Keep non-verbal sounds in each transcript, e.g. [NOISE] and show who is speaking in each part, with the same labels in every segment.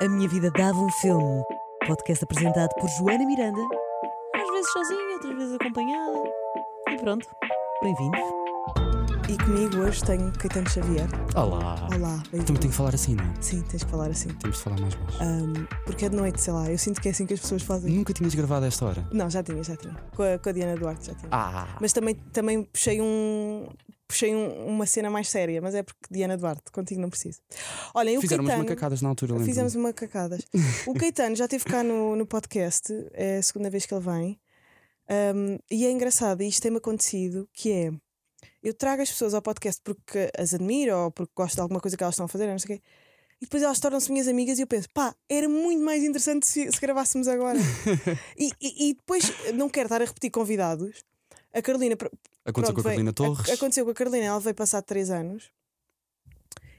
Speaker 1: A Minha Vida Dava um Filme. Podcast apresentado por Joana Miranda.
Speaker 2: Às vezes sozinha, outras vezes acompanhada. E pronto.
Speaker 1: Bem-vindos.
Speaker 3: E comigo hoje tenho Caetano Xavier.
Speaker 4: Olá!
Speaker 3: Olá,
Speaker 4: Também
Speaker 3: bem-vindo.
Speaker 4: tenho que falar assim, não?
Speaker 3: Sim, tens que falar assim.
Speaker 4: Temos de falar mais baixo.
Speaker 3: Ahm, porque é de noite, sei lá, eu sinto que é assim que as pessoas fazem.
Speaker 4: Nunca tinhas gravado a esta hora?
Speaker 3: Não, já tinha, já tinha. Com a, com a Diana Duarte já tinha.
Speaker 4: Ah!
Speaker 3: Mas também, também puxei um. Puxei um- uma cena mais séria, mas é porque Diana Duarte, contigo não preciso. Olhem, o
Speaker 4: Fizeram umas
Speaker 3: Caetano.
Speaker 4: macacadas na altura, lembro.
Speaker 3: Fizemos um uma cacadas. O Caetano já esteve cá no, no podcast, é a segunda vez que ele vem. Um, e é engraçado, e isto tem-me acontecido, que é eu trago as pessoas ao podcast porque as admiro ou porque gosto de alguma coisa que elas estão a fazer, não sei o quê. E depois elas tornam-se minhas amigas e eu penso, pá, era muito mais interessante se, se gravássemos
Speaker 4: [LAUGHS]
Speaker 3: agora. e, e- e depois não quero estar a repetir convidados. A Carolina, pr- Pronto,
Speaker 4: Aconteceu com a Carolina
Speaker 3: veio-
Speaker 4: Torres.
Speaker 3: ac- aconteceu com a Carolina, ela veio passar 3 anos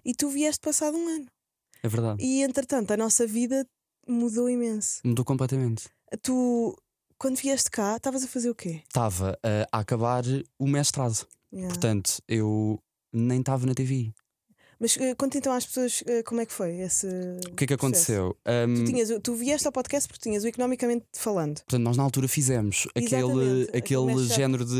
Speaker 3: e tu vieste passado um ano.
Speaker 4: É verdade.
Speaker 3: E entretanto, a nossa vida mudou imenso.
Speaker 4: Mudou completamente.
Speaker 3: Tu, quando vieste cá, estavas a fazer o quê?
Speaker 4: Estava eh, a acabar o mestrado.
Speaker 3: Yeah.
Speaker 4: Portanto, eu nem estava na TV.
Speaker 3: Mas eh, conta então às pessoas eh, como é que foi esse.
Speaker 4: O que é que aconteceu?
Speaker 3: Tu,
Speaker 4: Ahm,
Speaker 3: tinhas, o- tu vieste ao podcast porque tinhas o economicamente falando.
Speaker 4: Portanto, nós na altura fizemos aquele,
Speaker 3: Exatamente, aquele
Speaker 4: aquele
Speaker 3: mashup.
Speaker 4: género de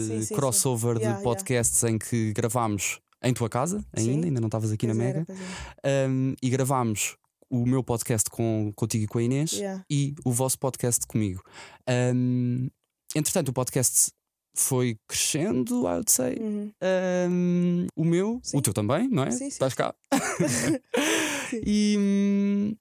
Speaker 3: Sim, sim, sim.
Speaker 4: crossover de
Speaker 3: Yeah, yeah.
Speaker 4: podcasts em que gravámos em tua casa, ainda,
Speaker 3: Sim.
Speaker 4: ainda não estavas aqui na
Speaker 3: Pois era,
Speaker 4: Mega,
Speaker 3: pois era.
Speaker 4: ahm, e gravámos o meu podcast com, contigo e com a Inês.
Speaker 3: Yeah.
Speaker 4: e o vosso podcast comigo. Ahm, entretanto, o podcast foi crescendo, I would say.
Speaker 3: Uhum.
Speaker 4: Ahm, o meu,
Speaker 3: Sim.
Speaker 4: o teu também, não é?
Speaker 3: Sim, sim,
Speaker 4: Estás cá.
Speaker 3: [LAUGHS]
Speaker 4: [LAUGHS]
Speaker 3: Sim.
Speaker 4: E, hum,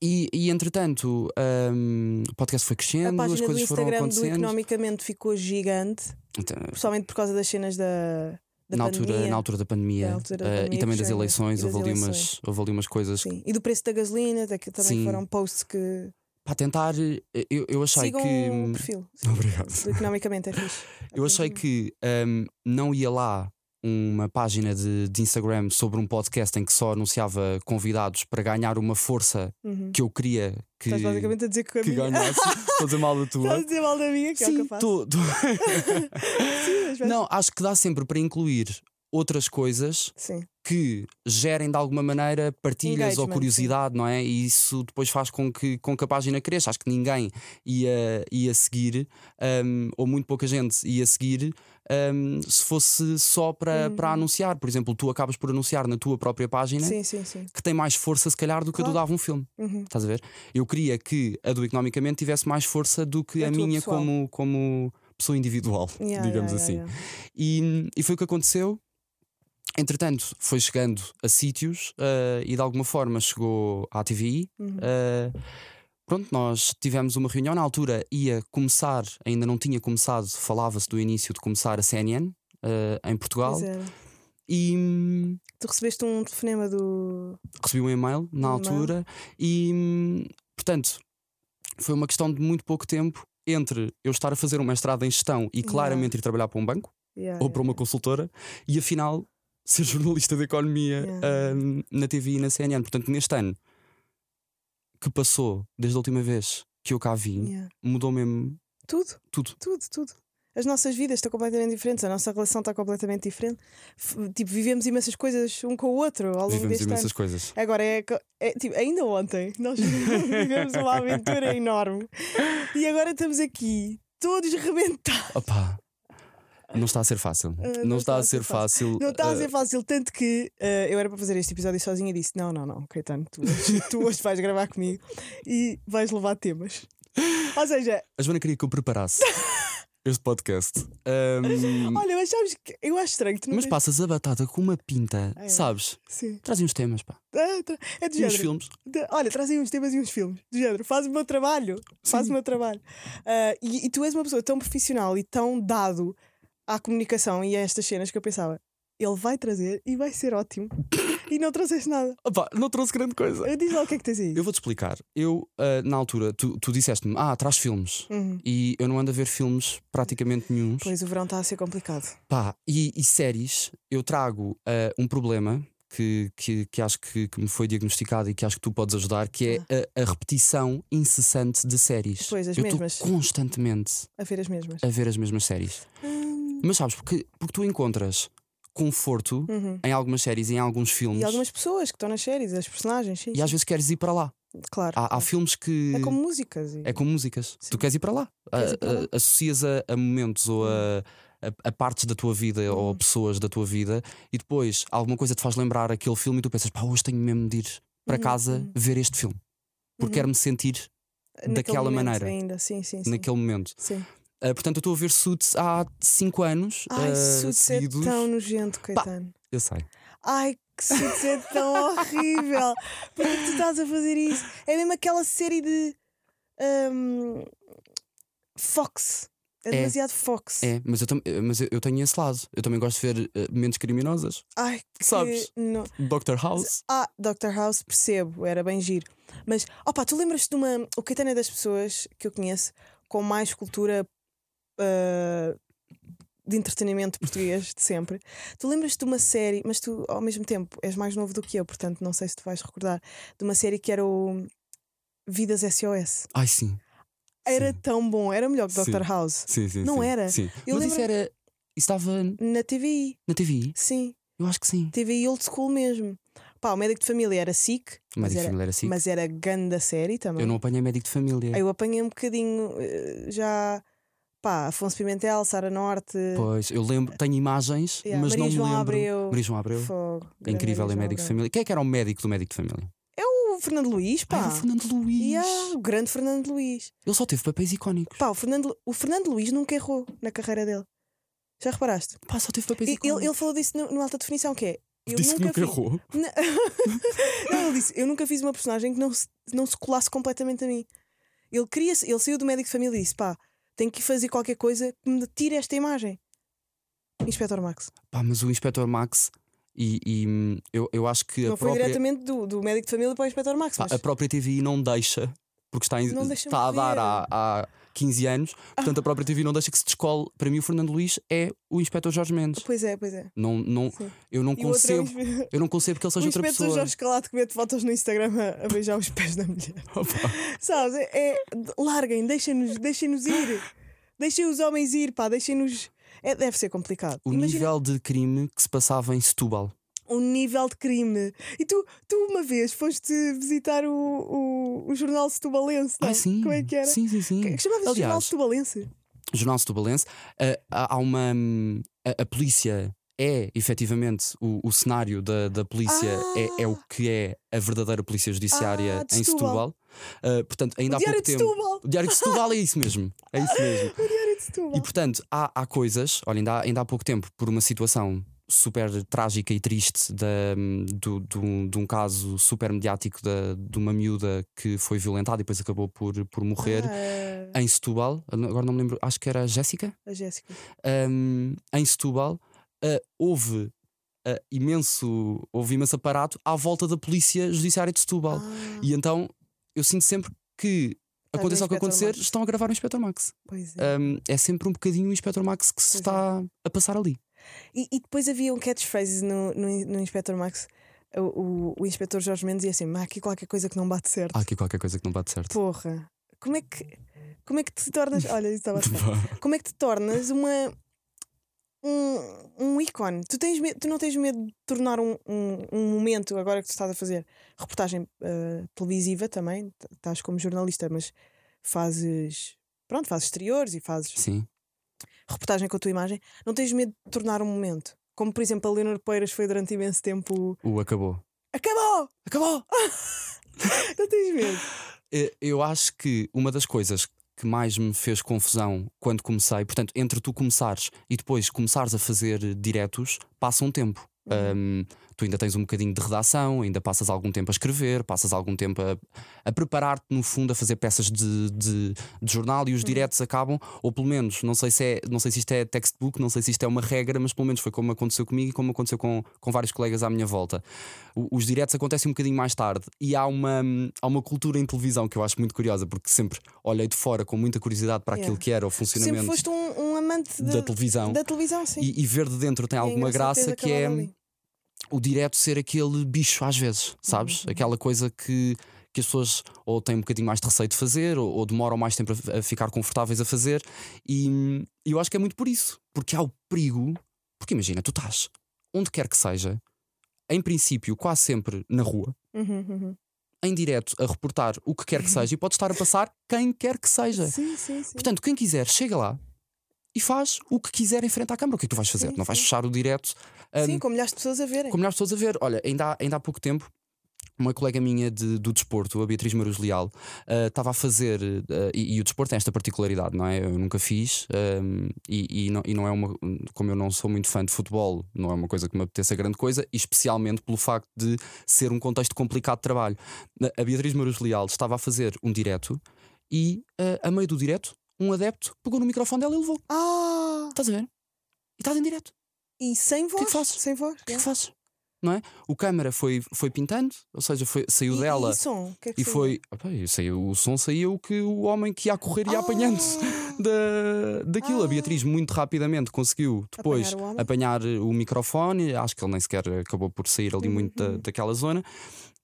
Speaker 4: e, e, entretanto, ahm, o podcast foi
Speaker 3: A
Speaker 4: crescendo, as
Speaker 3: página do
Speaker 4: coisas foram
Speaker 3: Instagram do
Speaker 4: acontecendo.
Speaker 3: Economicamente ficou gigante,
Speaker 4: Então,
Speaker 3: principalmente por causa das cenas da, da
Speaker 4: na,
Speaker 3: pandemia.
Speaker 4: altura, na altura da pandemia,
Speaker 3: Da altura da
Speaker 4: ah,
Speaker 3: pandemia
Speaker 4: e também das
Speaker 3: crescendo,
Speaker 4: eleições,
Speaker 3: e das
Speaker 4: houve, ali
Speaker 3: eleições.
Speaker 4: umas, houve ali umas coisas
Speaker 3: Sim. E do preço da gasolina, daqui também
Speaker 4: Sim.
Speaker 3: foram posts que
Speaker 4: para tentar. eh, Eu, eu achei
Speaker 3: sigam
Speaker 4: que.
Speaker 3: o perfil.
Speaker 4: [LAUGHS] Obrigado.
Speaker 3: Do Economicamente é fixe.
Speaker 4: Eu achei que ahm, não ia lá uma página de, de Instagram sobre um podcast em que só anunciava convidados para ganhar uma força
Speaker 3: Uhum.
Speaker 4: que eu queria que,
Speaker 3: Estás basicamente a dizer que a
Speaker 4: que
Speaker 3: minha...
Speaker 4: ganhasse. Estou a
Speaker 3: [LAUGHS]
Speaker 4: dizer mal da
Speaker 3: Estás a
Speaker 4: tua.
Speaker 3: dizer mal da minha, que é o que eu
Speaker 4: Sim,
Speaker 3: faço.
Speaker 4: tô- tô-
Speaker 3: Sim, mas vais-
Speaker 4: não, acho que dá sempre para incluir outras coisas
Speaker 3: Sim.
Speaker 4: que gerem de alguma maneira partilhas ou
Speaker 3: Engagement,
Speaker 4: curiosidade, não é? E isso depois faz com que, com que a página cresça. Acho que ninguém ia, ia seguir, hum, ou muito pouca gente ia seguir, hum, se fosse só para,
Speaker 3: Uhum.
Speaker 4: para anunciar. Por exemplo, tu acabas por anunciar na tua própria página.
Speaker 3: sim, sim, sim.
Speaker 4: Que tem mais força, se calhar, do que a do
Speaker 3: Claro.
Speaker 4: Dava um Filme.
Speaker 3: Uhum.
Speaker 4: Estás a ver? Eu queria que a do Economicamente tivesse mais força do que
Speaker 3: A
Speaker 4: a,
Speaker 3: tua
Speaker 4: minha
Speaker 3: pessoal.
Speaker 4: como, como pessoa individual,
Speaker 3: Yeah,
Speaker 4: [LAUGHS] digamos
Speaker 3: yeah,
Speaker 4: assim.
Speaker 3: yeah, yeah.
Speaker 4: E, e foi o que aconteceu. Entretanto, foi chegando a sítios eh, e de alguma forma chegou à TVI.
Speaker 3: Uhum.
Speaker 4: Eh, pronto, nós tivemos uma reunião. Na altura ia começar, ainda não tinha começado, falava-se do início de começar a CNN eh, em Portugal.
Speaker 3: Pois é. era.
Speaker 4: E hum,
Speaker 3: Tu recebeste um telefonema do.
Speaker 4: recebi um e-mail na
Speaker 3: Um e-mail.
Speaker 4: altura. E hum, portanto, foi uma questão de muito pouco tempo entre eu estar a fazer um mestrado em gestão e claramente ir trabalhar para um banco
Speaker 3: Yeah,
Speaker 4: ou para uma consultora e afinal ser jornalista de economia
Speaker 3: Yeah.
Speaker 4: ahm, na TV e na CNN. Portanto, neste ano que passou desde a última vez que eu cá vim,
Speaker 3: yeah, yeah.
Speaker 4: mudou mesmo
Speaker 3: Tudo,
Speaker 4: um- tudo.
Speaker 3: tudo, tudo. As nossas vidas estão completamente diferentes, a nossa relação está completamente diferente. F- Tipo, vivemos imensas coisas um com o outro ao longo
Speaker 4: Vivemos
Speaker 3: deste ano.
Speaker 4: imensas coisas.
Speaker 3: Agora é, co- é, tipo, ainda ontem [LAUGHS] nós vivemos uma aventura enorme e agora estamos aqui todos rebentados.
Speaker 4: Opa! Não está a ser fácil.
Speaker 3: Ah,
Speaker 4: não, está, a ser fácil.
Speaker 3: Não está a ser
Speaker 4: ah,
Speaker 3: fácil, tanto que eh, eu era para fazer este episódio sozinha e disse: Não, não, não, Caetano, tu hoje,
Speaker 4: [LAUGHS]
Speaker 3: tu hoje vais gravar comigo e vais levar temas. Ou seja,
Speaker 4: A Joana queria que
Speaker 3: [LAUGHS]
Speaker 4: eu preparasse este podcast. Ahm,
Speaker 3: olha, mas sabes que eu acho estranho. que Tu não
Speaker 4: mas
Speaker 3: tens-
Speaker 4: passas a batata com uma pinta,
Speaker 3: É.
Speaker 4: sabes?
Speaker 3: Sim.
Speaker 4: Trazem os temas, pá.
Speaker 3: Ah, tra- É do
Speaker 4: E os
Speaker 3: género.
Speaker 4: filmes.
Speaker 3: De- olha, trazem uns temas e uns filmes. Do género, faz o meu trabalho. Faz o meu trabalho. Ah, e, e tu és uma pessoa tão profissional e tão dado à comunicação e a estas cenas que eu pensava: ele vai trazer e vai ser ótimo. e não trouxeste nada.
Speaker 4: Opa, não trouxe grande coisa.
Speaker 3: Eu diz lá o que é que tens aí.
Speaker 4: Eu vou-te explicar. Eu, ah, na altura, tu, tu disseste-me, ah, traz filmes.
Speaker 3: Uhum.
Speaker 4: E eu não ando a ver filmes praticamente nenhum.
Speaker 3: Pois o verão está a ser complicado.
Speaker 4: Pá, e, e séries, eu trago ah, um problema que, que, que acho que, que me foi diagnosticado e que acho que tu podes ajudar, que é a, a repetição incessante de séries.
Speaker 3: Ah. Pois, as
Speaker 4: eu estou
Speaker 3: mesmas.
Speaker 4: constantemente
Speaker 3: A ver as mesmas.
Speaker 4: É. a ver as mesmas séries. Mas sabes, porque, porque tu encontras conforto
Speaker 3: Uhum.
Speaker 4: em algumas séries, em alguns filmes.
Speaker 3: E algumas pessoas que estão nas séries, as personagens, sim.
Speaker 4: e às vezes queres ir para lá.
Speaker 3: sim, Claro.
Speaker 4: Há, há
Speaker 3: claro.
Speaker 4: filmes que.
Speaker 3: É como músicas. e-
Speaker 4: é como músicas.
Speaker 3: Sim.
Speaker 4: Tu queres ir para lá.
Speaker 3: Queres ir
Speaker 4: A-
Speaker 3: para lá.
Speaker 4: a- associas a, a momentos ou a, a- a partes da tua vida ou a
Speaker 3: Uhum.
Speaker 4: pessoas da tua vida e depois alguma coisa te faz lembrar aquele filme e tu pensas, pá, hoje tenho mesmo de ir para
Speaker 3: Uhum,
Speaker 4: casa
Speaker 3: uhum.
Speaker 4: ver este filme. Porque
Speaker 3: Uhum.
Speaker 4: quero-me sentir
Speaker 3: Naquele
Speaker 4: daquela
Speaker 3: momento
Speaker 4: maneira.
Speaker 3: Ainda. Sim, sim, sim.
Speaker 4: naquele momento.
Speaker 3: Sim.
Speaker 4: Ah, portanto, eu estou a ver Suits há 5 anos
Speaker 3: Ai,
Speaker 4: ah,
Speaker 3: Suits é
Speaker 4: seguidos.
Speaker 3: tão nojento, Caetano.
Speaker 4: Eu sei.
Speaker 3: Ai, que Suits é tão horrível. Por que tu estás a fazer isso? É mesmo aquela série de. hum, Fox. É
Speaker 4: É.
Speaker 3: demasiado Fox.
Speaker 4: É, mas eu, tam- mas eu- eu tenho esse lado. Eu também gosto de ver eh, mentes criminosas.
Speaker 3: Ai, que
Speaker 4: Sabes?
Speaker 3: no-
Speaker 4: Dr. House.
Speaker 3: Ah, Dr. House, percebo, era bem giro. Mas, opá, tu lembras-te de uma. O Caetano é das pessoas que eu conheço com mais cultura ah, de entretenimento português de sempre. Tu lembras-te de uma série, mas tu ao mesmo tempo és mais novo do que eu, portanto não sei se te vais recordar, de uma série que era o Vidas SOS.
Speaker 4: Ai, sim.
Speaker 3: Era
Speaker 4: Sim.
Speaker 3: tão bom, era melhor que
Speaker 4: Sim.
Speaker 3: Dr. House.
Speaker 4: Sim, sim,
Speaker 3: Não
Speaker 4: sim.
Speaker 3: era?
Speaker 4: Sim.
Speaker 3: Eu
Speaker 4: mas isso
Speaker 3: lembro-
Speaker 4: era. Isso estava
Speaker 3: Na TVI,
Speaker 4: na TV?
Speaker 3: sim.
Speaker 4: Eu acho que sim.
Speaker 3: TVI old school mesmo. Pá, o médico de família era sick,
Speaker 4: Médico
Speaker 3: mas,
Speaker 4: de
Speaker 3: era,
Speaker 4: família era assim.
Speaker 3: mas era ganda série também.
Speaker 4: Eu não apanhei médico de família.
Speaker 3: Eu apanhei um bocadinho eh, já. Pá, Afonso Pimentel, Sara Norte.
Speaker 4: Pois, eu lembro, tenho imagens,
Speaker 3: Yeah,
Speaker 4: mas
Speaker 3: Maria
Speaker 4: não me
Speaker 3: João
Speaker 4: lembro.
Speaker 3: Abreu.
Speaker 4: Maria João Abreu.
Speaker 3: Fogo.
Speaker 4: É Incrível, é
Speaker 3: grande
Speaker 4: médico de
Speaker 3: Abreu.
Speaker 4: família. Quem é que era o médico do médico de família?
Speaker 3: O Fernando Luís,
Speaker 4: Ah,
Speaker 3: pá.
Speaker 4: era o Fernando Luís.
Speaker 3: Yeah, o grande Fernando Luís.
Speaker 4: Ele só teve papéis icónicos.
Speaker 3: Pá, o Fernando, o Fernando Luís nunca errou na carreira dele. Já reparaste?
Speaker 4: Pá, só teve papéis
Speaker 3: E Ele,
Speaker 4: icónicos.
Speaker 3: ele falou disso no, no Alta Definição, que é. Eu
Speaker 4: Disse que
Speaker 3: nunca
Speaker 4: nunca
Speaker 3: fiz...
Speaker 4: errou.
Speaker 3: [LAUGHS] Não, ele disse, eu nunca fiz uma personagem que não se, não se colasse completamente a mim. Ele queria, ele saiu do médico de família e disse: pá, tenho que ir fazer qualquer coisa que me tire esta imagem. Inspetor Max.
Speaker 4: Pá, mas o Inspector Max e, e, hum, eu, eu acho que
Speaker 3: Não
Speaker 4: a
Speaker 3: foi
Speaker 4: própria,
Speaker 3: diretamente do, do médico de família para o Inspetor Max.
Speaker 4: pá,
Speaker 3: Mas...
Speaker 4: a própria TVI não deixa, porque está, em-
Speaker 3: Não deixa-me
Speaker 4: está a dar
Speaker 3: ver. Ah.
Speaker 4: há, há 15 anos, portanto a própria TVI não deixa que se descole. Para mim, o Fernando Luís é o Inspector Jorge Mendes.
Speaker 3: Pois é, pois é.
Speaker 4: Não, não,
Speaker 3: Sim.
Speaker 4: eu não
Speaker 3: E o outro é o
Speaker 4: concebo.
Speaker 3: inspe-
Speaker 4: Eu não concebo que ele
Speaker 3: o
Speaker 4: seja outra
Speaker 3: inspetor
Speaker 4: pessoa.
Speaker 3: Jorge Calado que mete fotos no Instagram a, a beijar os pés da mulher.
Speaker 4: [LAUGHS] Opa,
Speaker 3: Sabes? É, é- larguem, deixem-nos deixem ir. Deixem os homens ir, pá, deixem-nos. É, deve ser complicado.
Speaker 4: o
Speaker 3: Imagina
Speaker 4: nível de crime que se passava em Setúbal.
Speaker 3: o nível de crime. E tu, tu uma vez foste visitar o, o, o jornal Setubalense, não?
Speaker 4: Ah, sim.
Speaker 3: Como é que era?
Speaker 4: Sim, sim, sim.
Speaker 3: Que- que Chamava-se Jornal
Speaker 4: Aliás,
Speaker 3: Setubalense.
Speaker 4: Jornal Setubalense, ah, há há uma. hum, A, a polícia é efetivamente o, o cenário da, da polícia, é, é o que é a verdadeira polícia judiciária
Speaker 3: Ah, de
Speaker 4: em
Speaker 3: Setúbal.
Speaker 4: Setúbal. Ah, portanto, ainda
Speaker 3: O
Speaker 4: há
Speaker 3: Diário
Speaker 4: pouco
Speaker 3: de
Speaker 4: tempo.
Speaker 3: Setúbal.
Speaker 4: O Diário de Setúbal é isso mesmo. É isso mesmo.
Speaker 3: O Diário de Setúbal.
Speaker 4: E portanto, há, há coisas, olha, ainda há, ainda há pouco tempo, por uma situação super trágica e triste da, hum, do, do- de um caso super mediático da, de uma miúda que foi violentada e depois acabou por, por morrer
Speaker 3: Ah,
Speaker 4: em Setúbal, agora não me lembro, acho que era a Jéssica,
Speaker 3: a Jéssica.
Speaker 4: hum, em Setúbal, ah, houve ah, imenso, houve imenso aparato à volta da polícia judiciária de Setúbal.
Speaker 3: Ah.
Speaker 4: E então eu sinto sempre que
Speaker 3: Está
Speaker 4: aconteça
Speaker 3: bem,
Speaker 4: o que
Speaker 3: um Inspector
Speaker 4: acontecer,
Speaker 3: Max.
Speaker 4: estão a gravar o Inspector Max.
Speaker 3: Pois é.
Speaker 4: Hum, é sempre um bocadinho o Inspector Max que se
Speaker 3: Pois é.
Speaker 4: está a passar ali.
Speaker 3: E, e depois havia um catchphrases no, no, no Inspector Max. O, o, o Inspector Jorge Mendes ia assim: "Mas há aqui qualquer coisa que não bate certo.
Speaker 4: Há aqui qualquer coisa que não bate certo.
Speaker 3: Porra, como é que. Como é que te tornas. Olha, isso
Speaker 4: [LAUGHS]
Speaker 3: estava a tocar. Como é que te tornas uma. Um, um ícone. Tu, tens medo, tu não tens medo de tornar um, um, um momento, agora que tu estás a fazer reportagem ah, televisiva também, t- estás como jornalista, mas fazes. Pronto, fazes exteriores e fazes
Speaker 4: Sim.
Speaker 3: reportagem com a tua imagem, não tens medo de tornar um momento. Como, por exemplo, a Leonor Poeiras foi durante imenso tempo.
Speaker 4: O acabou.
Speaker 3: Acabou!
Speaker 4: Acabou!
Speaker 3: Não tens medo.
Speaker 4: Eh, Eu acho que uma das coisas que mais me fez confusão quando comecei, portanto, entre tu começares e depois começares a fazer diretos, passa um tempo.
Speaker 3: Uhum.
Speaker 4: Ahm, tu ainda tens um bocadinho de redação, ainda passas algum tempo a escrever, passas algum tempo a, a preparar-te, no fundo, a fazer peças de, de- de jornal
Speaker 3: Uhum.
Speaker 4: e os diretos acabam, ou pelo menos, não sei, se é, não sei se isto é textbook, não sei se isto é uma regra, mas pelo menos foi como aconteceu comigo e como aconteceu com, com vários colegas à minha volta. O- os diretos acontecem um bocadinho mais tarde e há uma, há uma cultura em televisão que eu acho muito curiosa, porque sempre olhei de fora com muita curiosidade para
Speaker 3: Yeah.
Speaker 4: aquilo que era o
Speaker 3: Tu sempre
Speaker 4: funcionamento
Speaker 3: foste um, um amante de-
Speaker 4: da televisão.
Speaker 3: da televisão, sim.
Speaker 4: E, e ver de dentro tem
Speaker 3: É
Speaker 4: alguma
Speaker 3: engraçado teres
Speaker 4: graça que é
Speaker 3: acabado ali.
Speaker 4: o direto ser aquele bicho às vezes, sabes?
Speaker 3: Uhum.
Speaker 4: Aquela coisa que, que as pessoas ou têm um bocadinho mais de receio de fazer ou, ou demoram mais tempo a, a ficar confortáveis a fazer. E hum, eu acho que é muito por isso, porque há o perigo. Porque imagina, tu estás onde quer que seja, em princípio, quase sempre na rua,
Speaker 3: Uhum, uhum.
Speaker 4: em direto a reportar o que quer que seja e pode estar a passar quem quer que seja.
Speaker 3: Sim, sim, sim.
Speaker 4: é. Portanto, quem quiser, chega lá e faz o que quiser em frente à câmara. O que é que tu vais fazer?
Speaker 3: Sim,
Speaker 4: Não vais
Speaker 3: sim.
Speaker 4: fechar o direto
Speaker 3: sim,
Speaker 4: hum,
Speaker 3: com milhares de pessoas a verem.
Speaker 4: com melhores pessoas a ver. Olha, ainda há, ainda há pouco tempo. Uma colega minha de- do desporto, a Beatriz Marus Leal, ah, estava a fazer, ah, e, e o desporto tem esta particularidade, não é? Eu nunca fiz, ahm, e, e não, e não é uma. Como eu não sou muito fã de futebol, não é uma coisa que me apeteça grande coisa, e especialmente pelo facto de ser um contexto complicado de trabalho. Na- A Beatriz Marus Leal estava a fazer um direto, e ah, a meio do direto, um adepto pegou no microfone dela e levou.
Speaker 3: Ah!
Speaker 4: Estás a ver? E estás em direto.
Speaker 3: E sem voz.
Speaker 4: que fazes?
Speaker 3: Sem voz.
Speaker 4: O que é que fazes? Não é? O câmara foi, foi pintando, ou seja, foi- saiu
Speaker 3: E-
Speaker 4: dela
Speaker 3: E, som? O que é que
Speaker 4: e foi. Opa, e saiu, o som saiu que o homem que ia a correr ia apanhando-se [LAUGHS]
Speaker 3: Ah!
Speaker 4: da, daquilo.
Speaker 3: Ah.
Speaker 4: A Beatriz muito rapidamente conseguiu depois
Speaker 3: Apanhar o homem.
Speaker 4: apanhar o, microfone. Acho que ele nem sequer acabou por sair ali muito
Speaker 3: Uhum.
Speaker 4: da- daquela zona,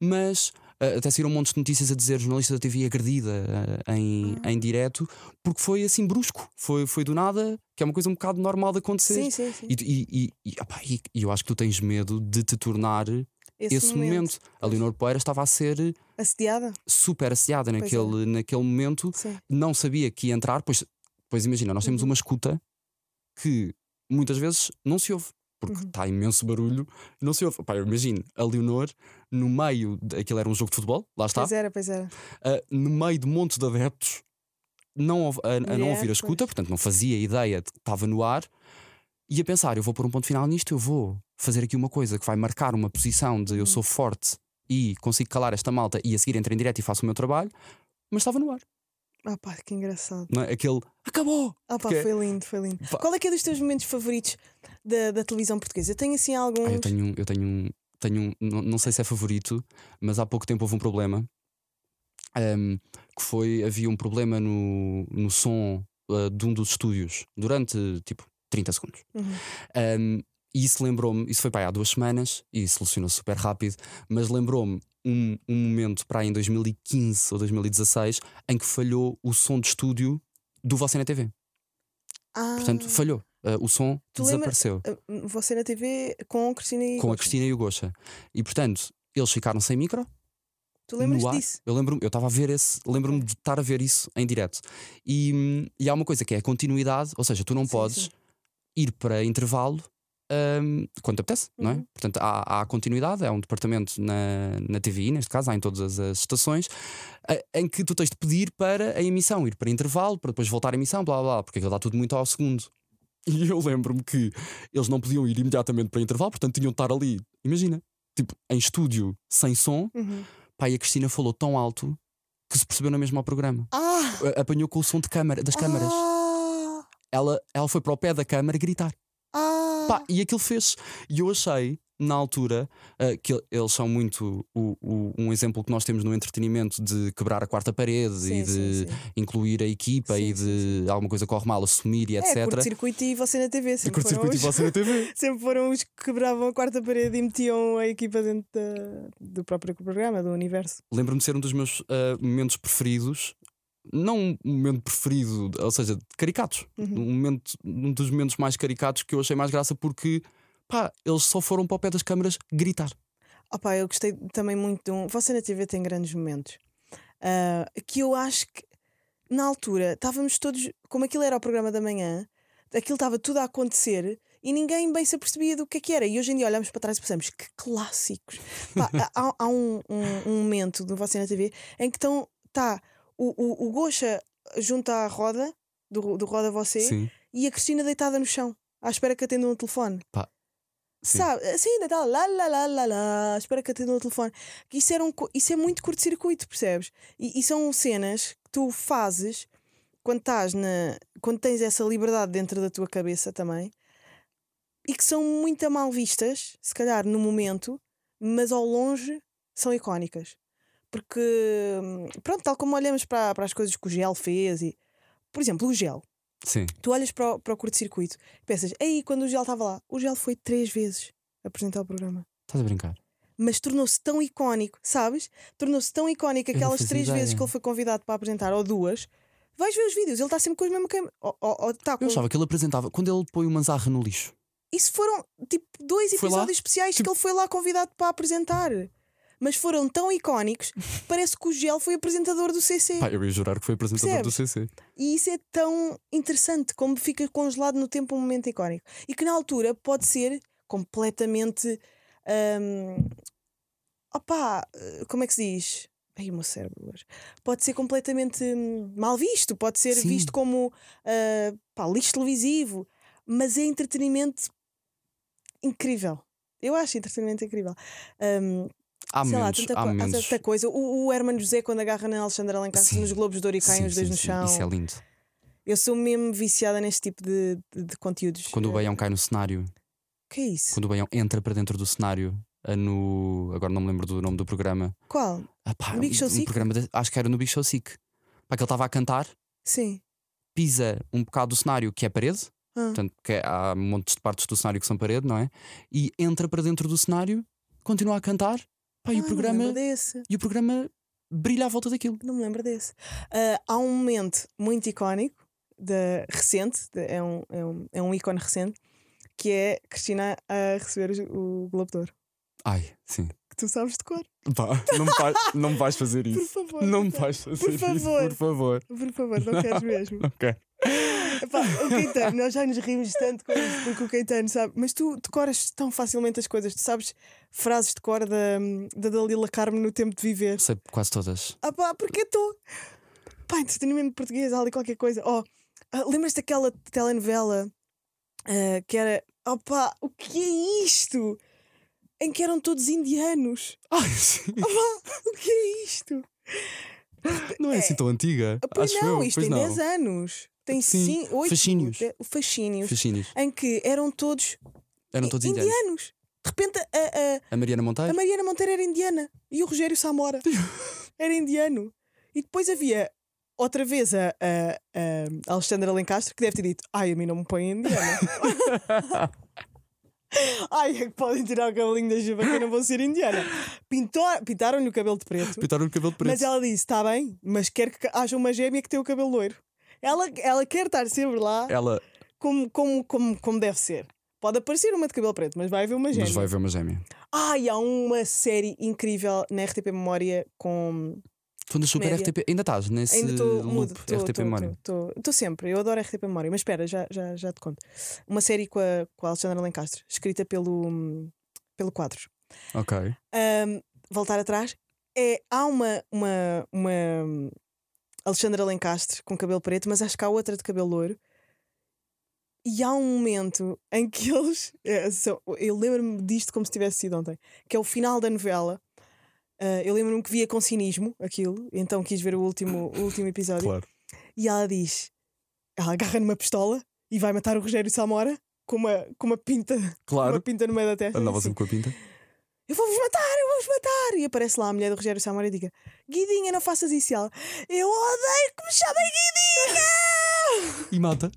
Speaker 4: mas. ah, Até saíram montes de notícias a dizer jornalista da TV agredida ah, em, em direto, porque foi assim brusco, foi, foi do nada, que é uma coisa um bocado normal de acontecer.
Speaker 3: Sim, sim, sim.
Speaker 4: E, tu- e- e- e, opá, e- e eu acho que tu tens medo de te tornar esse, momento. A Leonor Poeira estava a ser
Speaker 3: Assediada?
Speaker 4: super assediada
Speaker 3: Pois é.
Speaker 4: naquele, naquele momento,
Speaker 3: Sim.
Speaker 4: não sabia que ia entrar, pois, pois imagina, nós temos uma escuta que muitas vezes não se ouve. Porque
Speaker 3: Uhum.
Speaker 4: está imenso barulho, não se ouve. Pá, eu imagino a Leonor no meio. De, aquilo era um jogo de futebol, lá está.
Speaker 3: Pois era, pois era.
Speaker 4: ah, no meio de montes de adeptos, não, ouv- a, a não
Speaker 3: Mulher,
Speaker 4: ouvir a escuta,
Speaker 3: pois.
Speaker 4: portanto não fazia ideia de que estava no ar, e a pensar: eu vou pôr um ponto final nisto, eu vou fazer aqui uma coisa que vai marcar uma posição de eu sou forte e consigo calar esta malta, e a seguir entro em direto e faço o meu trabalho, mas estava no ar.
Speaker 3: Ah pá, que engraçado.
Speaker 4: Não é? Aquele acabou!
Speaker 3: Ah pá,
Speaker 4: Porque-
Speaker 3: foi lindo, foi lindo.
Speaker 4: Pá.
Speaker 3: Qual é que é dos teus momentos favoritos da, da televisão portuguesa? Eu tenho assim alguns.
Speaker 4: Ah, eu tenho, um- eu tenho, um- tenho um- não, não sei se é favorito, mas há pouco tempo houve um problema. ahm, que foi, havia um problema no, no som ah, de um dos estúdios durante tipo 30 segundos.
Speaker 3: Uhum.
Speaker 4: Ahm, e isso lembrou-me, isso foi para aí há duas semanas e solucionou super rápido, mas lembrou-me um, um momento para aí em 2015 ou 2016 em que falhou o som de estúdio do Você na TV.
Speaker 3: Ah,
Speaker 4: Portanto, falhou. Ah, o som
Speaker 3: Tu lembra-
Speaker 4: desapareceu
Speaker 3: ah, Você na TV com a Cristina e.
Speaker 4: com a Cristina e o Gocha. E portanto, eles ficaram sem micro
Speaker 3: Tu lembras
Speaker 4: no ar.
Speaker 3: disso?
Speaker 4: Eu lembro-me, eu estava a ver esse, lembro-me de estar a ver isso em direto. E, hum, e há uma coisa que é a continuidade, ou seja, tu não
Speaker 3: Sim,
Speaker 4: podes
Speaker 3: sim.
Speaker 4: ir para intervalo hum, quando te apetece, não é?
Speaker 3: Uhum.
Speaker 4: Portanto, há, há continuidade, é um departamento na, na TVI, neste caso, há em todas as estações, a- em que tu tens de pedir para a emissão, ir para intervalo, para depois voltar à emissão, blá blá, blá porque aquilo dá tudo muito ao segundo. E [LAUGHS] eu lembro-me que eles não podiam ir imediatamente para intervalo, portanto tinham de estar ali, imagina, tipo, em estúdio, sem som,
Speaker 3: Uhum.
Speaker 4: Pá, e a Cristina falou tão alto que se percebeu na mesma ao programa.
Speaker 3: Ah!
Speaker 4: A- Apanhou com o som de câmara, das câmaras.
Speaker 3: Ah!
Speaker 4: Ela, ela foi para o pé da câmara gritar.
Speaker 3: Ah!
Speaker 4: Pá, e aquilo fez. E eu achei, na altura, ah, que el- eles são muito o- o- um exemplo que nós temos no entretenimento de quebrar a quarta parede
Speaker 3: Sim,
Speaker 4: e de
Speaker 3: sim, sim.
Speaker 4: incluir a equipa
Speaker 3: Sim,
Speaker 4: e de alguma coisa corre mal, assumir e etc.
Speaker 3: É, curto-circuito e você na TV.
Speaker 4: de
Speaker 3: Sempre
Speaker 4: curto
Speaker 3: foram
Speaker 4: circuito e
Speaker 3: os-
Speaker 4: você na TV.
Speaker 3: [LAUGHS] Sempre foram os que quebravam a quarta parede e metiam a equipa dentro da- do próprio programa, do universo.
Speaker 4: Lembro-me de ser um dos meus ah, momentos preferidos. Não um momento preferido, ou seja, caricatos.
Speaker 3: Uhum.
Speaker 4: Um, momento, um dos momentos mais caricatos que eu achei mais graça porque pá, eles só foram para o pé das câmaras gritar.
Speaker 3: Opa, eu gostei também muito de um. Você na TV tem grandes momentos. Ah, que eu acho que na altura estávamos todos. Como aquilo era o programa da manhã, aquilo estava tudo a acontecer e ninguém bem se apercebia do que é que era. E hoje em dia olhamos para trás e pensamos que clássicos. Pá, há há um, um- um momento do Você na TV em que estão. Está o, o, o Gocha junto à roda, do, do Roda Você, e a Cristina deitada no chão, à espera que atendam o telefone.
Speaker 4: Pá, sim.
Speaker 3: Sabe? Assim, deitada, lá, lá, lá, lá, lá, à espera que atendam o telefone. Que Isso, era um, co- isso é muito curto-circuito, percebes? E, e são cenas que tu fazes quando estás na. quando tens essa liberdade dentro da tua cabeça também e que são muito mal vistas, se calhar no momento, mas ao longe são icónicas. Porque, hum, pronto, tal como olhamos para, para as coisas que o gel fez e. Por exemplo, o gel
Speaker 4: sim.
Speaker 3: tu olhas para o, para o curto-circuito e pensas, aí quando o Gel estava lá, o Gel foi três vezes apresentar o programa.
Speaker 4: Estás a brincar?
Speaker 3: Mas tornou-se tão icónico, sabes? Tornou-se tão icónico
Speaker 4: Eu não
Speaker 3: aquelas
Speaker 4: fazia
Speaker 3: três
Speaker 4: ideia.
Speaker 3: vezes que ele foi convidado para apresentar, ou duas. Vais ver os vídeos, ele está sempre com as mesmas câmeras. Ou, ou, ou está com.
Speaker 4: Eu achava que ele apresentava, quando ele põe o manzarra no lixo,
Speaker 3: Isso foram tipo dois
Speaker 4: Foi lá?
Speaker 3: episódios especiais que
Speaker 4: Tipo-
Speaker 3: ele foi lá convidado para apresentar. Mas foram tão icónicos que parece que o Gel foi apresentador do CC.
Speaker 4: Pá, eu ia jurar que foi apresentador do CC.
Speaker 3: E isso é tão interessante como fica congelado no tempo um momento icónico. E que na altura pode ser completamente. hum, opá, eh, como é que se diz? Ai, o meu cérebro hoje. Pode ser completamente hum, mal visto, pode ser
Speaker 4: Sim.
Speaker 3: visto como ah, pá, lixo televisivo, mas é entretenimento incrível. Eu acho entretenimento incrível. Hum,
Speaker 4: Há
Speaker 3: sei
Speaker 4: menos,
Speaker 3: lá, tanta,
Speaker 4: há
Speaker 3: co- há
Speaker 4: menos.
Speaker 3: tanta coisa. O, o Herman José, quando agarra na Alexandra Alencar
Speaker 4: Sim.
Speaker 3: nos Globos de Ouro e caem
Speaker 4: Sim,
Speaker 3: os dois
Speaker 4: sim,
Speaker 3: no
Speaker 4: sim,
Speaker 3: chão.
Speaker 4: Isso é lindo.
Speaker 3: Eu sou mesmo viciada neste tipo de, de, de conteúdos.
Speaker 4: Quando o
Speaker 3: Eh,
Speaker 4: Baião cai no cenário,
Speaker 3: Que é isso?
Speaker 4: quando o Baião entra para dentro do cenário, eh, no. Agora não me lembro do nome do programa.
Speaker 3: Qual?
Speaker 4: Ah, pá,
Speaker 3: No Big
Speaker 4: um-
Speaker 3: Show
Speaker 4: um
Speaker 3: Sick?
Speaker 4: programa de- Acho que era no Big Show Sick. Pá, que ele estava a cantar,
Speaker 3: Sim.
Speaker 4: pisa um bocado do cenário que é parede,
Speaker 3: Ah.
Speaker 4: portanto, que é- há montes de partes do cenário que são parede, não é? E entra para dentro do cenário, continua a cantar, pá,
Speaker 3: Ah,
Speaker 4: e, o
Speaker 3: Não me
Speaker 4: programa,
Speaker 3: lembro desse.
Speaker 4: e o programa brilha à volta daquilo.
Speaker 3: Não me lembro desse. Ah, há um momento muito icónico, de, recente, de- é, um, é, um, é um ícone recente, que é Cristina a receber os- o Globo de Ouro.
Speaker 4: Ai, sim.
Speaker 3: Que tu sabes de cor.
Speaker 4: Pá, não, me vais, não me vais fazer
Speaker 3: Por
Speaker 4: isso.
Speaker 3: favor.
Speaker 4: Hum, Não me
Speaker 3: por
Speaker 4: vais fazer
Speaker 3: Por
Speaker 4: isso,
Speaker 3: favor.
Speaker 4: por favor.
Speaker 3: fa- Por favor, não queres
Speaker 4: [LAUGHS]
Speaker 3: mesmo.
Speaker 4: Ok.
Speaker 3: Epá, o Caetano, nós já nos rimos tanto com isso, porque o Caetano sabe. Mas tu decoras tão facilmente as coisas, tu sabes frases de cor da, da Dalila Carmo no tempo de viver.
Speaker 4: Sei quase todas.
Speaker 3: Ah pá, porque tu. Pá, entretenimento português, há ali qualquer coisa. Oh, ah, lembras daquela telenovela ah, que era. Oh pá, o que é isto? Em que eram todos indianos.
Speaker 4: Ai, sim.
Speaker 3: O que é isto?
Speaker 4: Não é assim tão antiga.
Speaker 3: Ah, Oh, Pois
Speaker 4: acho
Speaker 3: não,
Speaker 4: eu.
Speaker 3: isto
Speaker 4: pois
Speaker 3: tem
Speaker 4: não.
Speaker 3: 10 anos. Tem
Speaker 4: Sim,
Speaker 3: 5, 8.
Speaker 4: fascínios.
Speaker 3: O fascínios.
Speaker 4: Fascínios.
Speaker 3: Em que eram todos
Speaker 4: Eram todos indianos.
Speaker 3: indianos. De repente, a,
Speaker 4: A Mariana
Speaker 3: a,
Speaker 4: Monteiro?
Speaker 3: a Mariana Monteiro era indiana e o Rogério
Speaker 4: [LAUGHS]
Speaker 3: Samora era indiano. E depois havia outra vez a, a, a Alexandra Lencastre que deve ter dito: Ai, a mim não me põe indiana. [LAUGHS] Ai, é que podem tirar o cabelinho da juba que eu não vou ser indiana. Pintou- Pintaram-lhe o cabelo de preto.
Speaker 4: Pintaram-lhe o cabelo de preto.
Speaker 3: Mas ela disse: Está bem, mas quero que haja uma gêmea que tenha o cabelo loiro. Ela, ela quer estar sempre lá
Speaker 4: Ela-
Speaker 3: como, como, como, como deve ser. Pode aparecer uma de cabelo preto, mas vai haver uma gêmea.
Speaker 4: Mas vai haver uma gêmea.
Speaker 3: Ai, há uma série incrível na RTP Memória com.
Speaker 4: Tu andas super
Speaker 3: Comédia.
Speaker 4: RTP. Ainda estás nesse
Speaker 3: Ainda estou
Speaker 4: loop
Speaker 3: mudo. tô-
Speaker 4: RTP
Speaker 3: tô-
Speaker 4: Memória.
Speaker 3: tô- tô- Estou sempre, eu adoro RTP Memória, mas espera, já, já, já te conto. Uma série com a, com a Alexandra Lencastre, escrita pelo, hum, pelo Quadros.
Speaker 4: Ok.
Speaker 3: Ahm, voltar atrás, é, há uma, uma, uma hum, Alexandra Lencastre com cabelo preto, mas acho que há outra de cabelo loiro. E há um momento em que [LAUGHS] eles. é, são- eu lembro-me disto como se tivesse sido ontem, que é o final da novela. Ah, eu lembro-me que via com cinismo aquilo, então quis ver o último, o último episódio. E ela diz: ela agarra numa pistola e vai matar o Rogério Samora com uma, com uma pinta, com uma
Speaker 4: Claro.
Speaker 3: pinta no meio da testa.
Speaker 4: Andava
Speaker 3: Assim,
Speaker 4: sempre com a pinta.
Speaker 3: eu vou-vos matar, eu vou-vos matar! E aparece lá a mulher do Rogério Samora e diga: Guidinha, não faças isso. E ela: Eu odeio que me chamem Guidinha!
Speaker 4: E mata.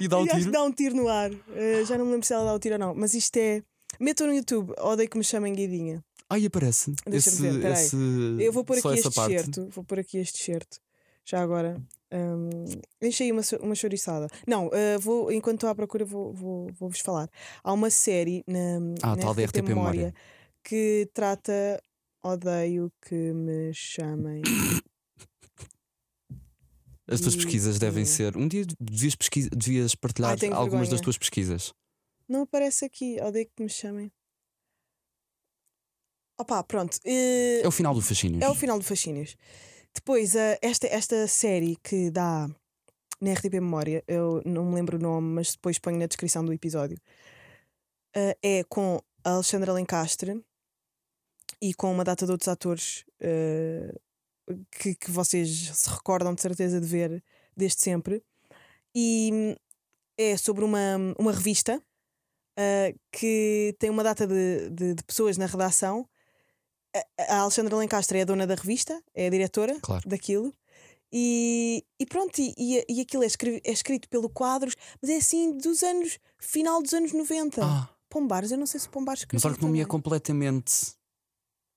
Speaker 4: E dá um
Speaker 3: e acho que
Speaker 4: tiro.
Speaker 3: dá um tiro no ar. Eh, já não me lembro se ela dá o tiro ou não, mas isto é. Metam no YouTube, odeio que me chamem Guidinha.
Speaker 4: Ai, aparece.
Speaker 3: Deixa-me
Speaker 4: Esse,
Speaker 3: ver, peraí.
Speaker 4: esse.
Speaker 3: Eu vou pôr
Speaker 4: só
Speaker 3: aqui
Speaker 4: essa
Speaker 3: este
Speaker 4: parte.
Speaker 3: certo. Vou pôr aqui este certo. Já agora. Hum, deixa aí uma, cho- uma chouriçada. Não, eh, vou, enquanto estou à procura, vou- vou- vou-vos falar. Há uma série na,
Speaker 4: Ah,
Speaker 3: na
Speaker 4: tal da RTP Memória.
Speaker 3: que trata odeio que me chamem.
Speaker 4: As tuas pesquisas devem ser. Um dia devias, pesquisa... devias partilhar
Speaker 3: hum. Ai, tenho
Speaker 4: algumas das
Speaker 3: vergonha.
Speaker 4: tuas pesquisas.
Speaker 3: Não aparece aqui, odeio que me chamem. Opa, pronto. eh,
Speaker 4: É o final do fascínio.
Speaker 3: É o final do Fascínios. Depois, eh, esta, esta série que dá na RTP Memória, eu não me lembro o nome, mas depois ponho na descrição do episódio, eh, é com a Alexandra Lencastre e com uma data de outros atores eh, que, que vocês se recordam de certeza de ver desde sempre. E hum, é sobre uma, uma revista eh, que tem uma data de- de- de pessoas na redação a Alexandra Lencastre é a dona da revista, é a diretora
Speaker 4: Claro.
Speaker 3: daquilo. E, e pronto, e, e, e aquilo é, escri- é escrito pelo Quadros, mas é assim dos anos, final dos anos 90.
Speaker 4: Ah,
Speaker 3: Pombares, eu não sei se Pombares escreveu.
Speaker 4: mas olha que não me é
Speaker 3: também.
Speaker 4: completamente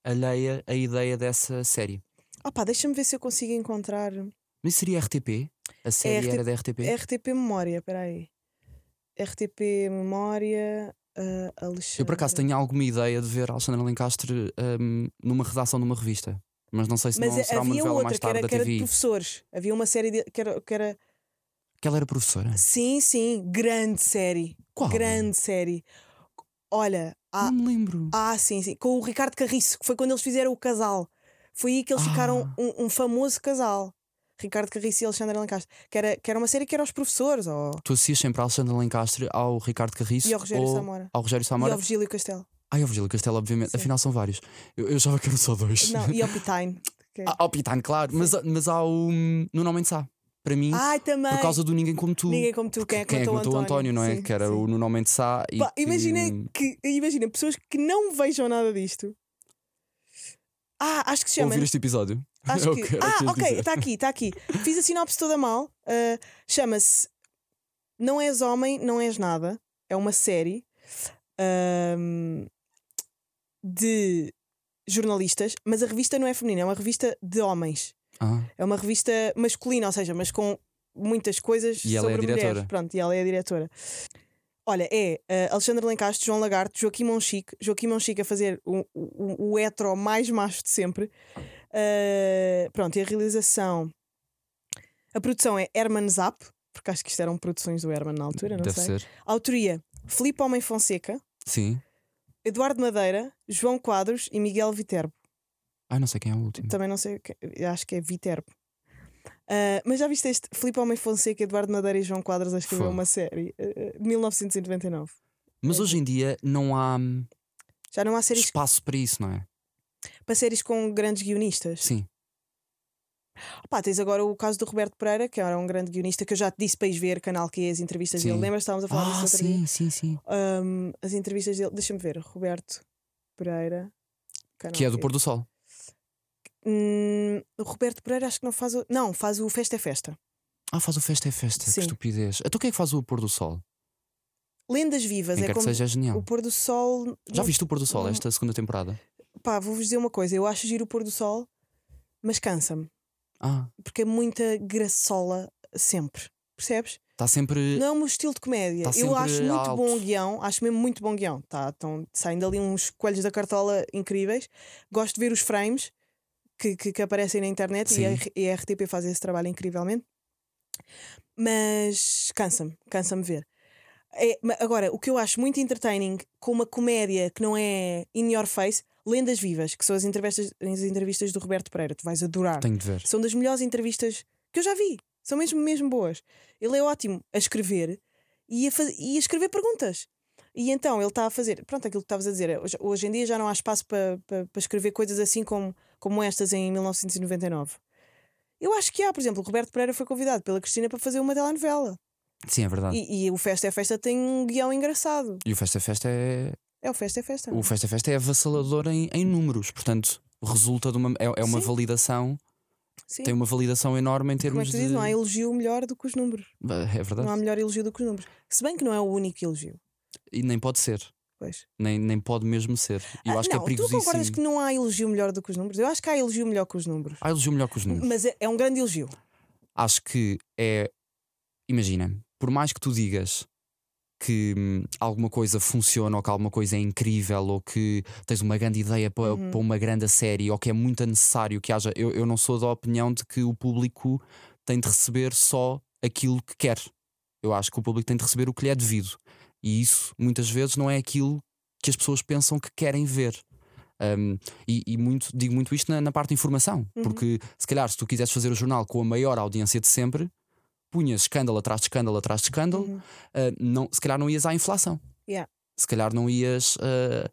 Speaker 4: alheia a ideia dessa série.
Speaker 3: Ah pá, deixa-me ver se eu consigo encontrar É
Speaker 4: Mas seria RTP? A série
Speaker 3: RTP.
Speaker 4: era da RTP?
Speaker 3: RTP Memória, espera aí. RTP Memória, ah, Alexandre.
Speaker 4: Eu por acaso tenho alguma ideia de ver Alexandre Lencastre hum, numa redação de uma revista. Mas não sei se
Speaker 3: Mas
Speaker 4: não
Speaker 3: eh,
Speaker 4: será uma
Speaker 3: havia
Speaker 4: novela
Speaker 3: outra
Speaker 4: mais
Speaker 3: que
Speaker 4: tarde
Speaker 3: era,
Speaker 4: da
Speaker 3: que era de
Speaker 4: TV.
Speaker 3: professores. Havia uma série de- que, era, que era.
Speaker 4: Que ela era professora.
Speaker 3: Sim, sim, grande série.
Speaker 4: Qual? Hum.
Speaker 3: Grande série. Olha, há,
Speaker 4: Não me lembro.
Speaker 3: Ah, sim, sim. Com o Ricardo Carriço, que foi quando eles fizeram o casal. Foi aí que eles
Speaker 4: Ah.
Speaker 3: ficaram um, um famoso casal. Ricardo Carriço e Alexandre Lancastre. Que era, que era uma série que era os professores. Ou...
Speaker 4: Tu associas sempre a Alexandre Lencastre, ao Ricardo Carriço
Speaker 3: E ao Rogério
Speaker 4: ou
Speaker 3: Samora.
Speaker 4: Ao Rogério
Speaker 3: E
Speaker 4: Samora.
Speaker 3: ao Virgílio
Speaker 4: [LAUGHS]
Speaker 3: Castelo.
Speaker 4: Ah, e ao Virgílio Castelo, obviamente.
Speaker 3: Sim.
Speaker 4: Afinal, são vários. Eu, eu achava que eram só dois.
Speaker 3: Não, e ao Pitine. que é-
Speaker 4: [LAUGHS] Ah, ao Pitano, claro. Mas, mas ao hum, Nuno Mendes Sá. Para mim,
Speaker 3: Ai, também.
Speaker 4: por causa do Ninguém Como Tu.
Speaker 3: Ninguém como tu, quem é que
Speaker 4: quem é que
Speaker 3: contou
Speaker 4: matou o António, não é?
Speaker 3: Sim,
Speaker 4: que era
Speaker 3: sim.
Speaker 4: o Nuno Mendes Sá. e
Speaker 3: Pá,
Speaker 4: que- hum,
Speaker 3: imaginem que... Imagina, pessoas que não vejam nada disto. Ah, acho que se chama.
Speaker 4: Ouvir este episódio.
Speaker 3: Acho
Speaker 4: [LAUGHS] É o
Speaker 3: que...
Speaker 4: que era o que
Speaker 3: ah,
Speaker 4: eu ia
Speaker 3: ok,
Speaker 4: dizer.
Speaker 3: está aqui, está aqui. Fiz a sinopse toda mal. Ah, Chama-se Não És Homem, Não És Nada. É uma série ahm, de jornalistas, mas a revista não é feminina, é uma revista de homens.
Speaker 4: Ah,
Speaker 3: É uma revista masculina, ou seja, mas com muitas coisas
Speaker 4: E ela é
Speaker 3: sobre
Speaker 4: a diretora.
Speaker 3: mulheres. Pronto, e ela é a diretora. Olha, é eh, Alexandre Lencastre, João Lagarto, Joaquim Monchique. Joaquim Monchique a fazer o, o, o hetero mais macho de sempre. Eh, pronto, e a realização... A produção é Herman Zap, porque acho que isto eram produções do Herman na altura, não
Speaker 4: deve
Speaker 3: sei.
Speaker 4: ser.
Speaker 3: Autoria, Filipe Homem Fonseca,
Speaker 4: Sim.
Speaker 3: Eduardo Madeira, João Quadros e Miguel Viterbo.
Speaker 4: Ah, não sei quem é o último.
Speaker 3: Também não sei, o que- eu acho que é Viterbo. Ah, mas já viste este? Filipe Homem Fonseca, Eduardo Madeira e João Quadras a escrever
Speaker 4: Fogo.
Speaker 3: uma série ah, de 1999. é
Speaker 4: Mas hoje em
Speaker 3: tipo
Speaker 4: dia não há hum,
Speaker 3: Já não há séries
Speaker 4: espaço para isso, não é?
Speaker 3: para séries com grandes guionistas.
Speaker 4: Sim.
Speaker 3: Pá, tens agora o caso do Roberto Pereira, que era um grande guionista que eu já te disse para ir ver, canal que é as entrevistas
Speaker 4: Sim.
Speaker 3: dele. Lembras? Estávamos a falar disso
Speaker 4: Ah,
Speaker 3: outro dia.
Speaker 4: sim, sim, sim.
Speaker 3: Ahm, as entrevistas dele, deixa-me ver, Roberto Pereira. canal
Speaker 4: Que é do
Speaker 3: Q.
Speaker 4: Pôr do Sol.
Speaker 3: Hum, o Roberto Pereira acho que não faz o. Não, faz o Festa é Festa.
Speaker 4: Ah, faz o Festa é Festa.
Speaker 3: Sim.
Speaker 4: Que estupidez. Então quem é que faz o Pôr do Sol?
Speaker 3: Lendas Vivas
Speaker 4: Quem
Speaker 3: é
Speaker 4: quer que
Speaker 3: como
Speaker 4: seja é genial.
Speaker 3: o Uhum. pôr do sol.
Speaker 4: Já viste o Pôr do Sol
Speaker 3: não-
Speaker 4: esta segunda temporada?
Speaker 3: Pá, vou-vos dizer uma coisa, eu acho giro o pôr do sol, mas cansa-me,
Speaker 4: Ah,
Speaker 3: porque é muita graçola sempre. Percebes?
Speaker 4: está sempre.
Speaker 3: Não é o meu estilo de comédia.
Speaker 4: tá
Speaker 3: eu
Speaker 4: sempre
Speaker 3: acho muito
Speaker 4: alto.
Speaker 3: bom o guião, acho mesmo muito bom guião. Tá, tão, saindo ali uns coelhos da cartola incríveis. Gosto de ver os frames que, que, que aparecem na internet e
Speaker 4: Sim.
Speaker 3: a, R- e a RTP faz esse trabalho incrivelmente. Mas cansa-me, cansa-me ver. É, ma- agora, o que eu acho muito entertaining com uma comédia que não é in your face, Lendas Vivas, que são as entrevistas, as entrevistas do Roberto Pereira, tu vais adorar.
Speaker 4: Tenho de ver.
Speaker 3: São das melhores entrevistas que eu já vi. São mesmo, mesmo boas. Ele é ótimo a escrever e a, faz- e a escrever perguntas. E então ele está a fazer. Pronto, aquilo que estavas a dizer. é, Hoje, hoje em dia já não há espaço para para- para escrever coisas assim como, como estas em 1999. Eu acho que há, por exemplo, o Roberto Pereira foi convidado pela Cristina para fazer uma telenovela.
Speaker 4: Sim, é verdade.
Speaker 3: E, e o Festa é Festa tem um guião engraçado.
Speaker 4: E o Festa é Festa é.
Speaker 3: É o Festa é Festa.
Speaker 4: O Festa é Festa é avassalador em, em números. Portanto, resulta de uma. É, é uma
Speaker 3: Sim.
Speaker 4: validação.
Speaker 3: Sim.
Speaker 4: Tem uma validação enorme em
Speaker 3: como é
Speaker 4: termos
Speaker 3: que tu
Speaker 4: de.
Speaker 3: dizes? Não há elogio melhor do que os números.
Speaker 4: É verdade.
Speaker 3: Não há melhor elogio do que os números. Se bem que não é o único elogio.
Speaker 4: E nem pode ser.
Speaker 3: Pois.
Speaker 4: Nem, nem pode mesmo ser. E Eu
Speaker 3: Ah,
Speaker 4: acho
Speaker 3: não,
Speaker 4: que é
Speaker 3: Tu concordas
Speaker 4: perigosíssimo.
Speaker 3: que não há elogio melhor do que os números? Eu acho que há elogio melhor que os números.
Speaker 4: Ah, elogio melhor que os números.
Speaker 3: Mas é, é um grande elogio.
Speaker 4: acho que é. Imagina, por mais que tu digas que hum, alguma coisa funciona ou que alguma coisa é incrível ou que tens uma grande ideia para,
Speaker 3: Uhum.
Speaker 4: para uma grande série ou que é muito necessário que haja. Eu, eu não sou da opinião de que o público tem de receber só aquilo que quer. Eu acho que o público tem de receber o que lhe é devido. E isso, muitas vezes, não é aquilo que as pessoas pensam que querem ver. Um, e e muito, digo muito isto na, na parte de informação,
Speaker 3: Uhum.
Speaker 4: porque se calhar, se tu quisesses fazer o jornal com a maior audiência de sempre, punhas escândalo atrás de escândalo atrás de escândalo,
Speaker 3: Uhum.
Speaker 4: ah, não, se calhar não ias à inflação.
Speaker 3: Yeah.
Speaker 4: Se calhar não ias ah,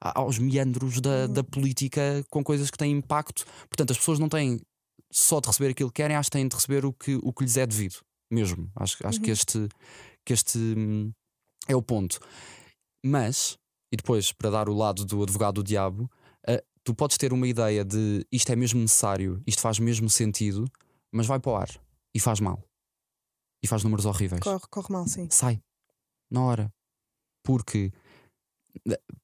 Speaker 4: a- aos meandros da, da política com coisas que têm impacto. Portanto, as pessoas não têm só de receber aquilo que querem, acho que têm de receber o que, o que lhes é devido, mesmo. Acho, acho que este, que este hum, é o ponto. Mas, e depois, para dar o lado do advogado do diabo, ah, tu podes ter uma ideia de isto é mesmo necessário, isto faz mesmo sentido, mas vai para o ar e faz mal. E faz números horríveis
Speaker 3: Corre, corre mal, sim.
Speaker 4: sai na hora. eh, Porque,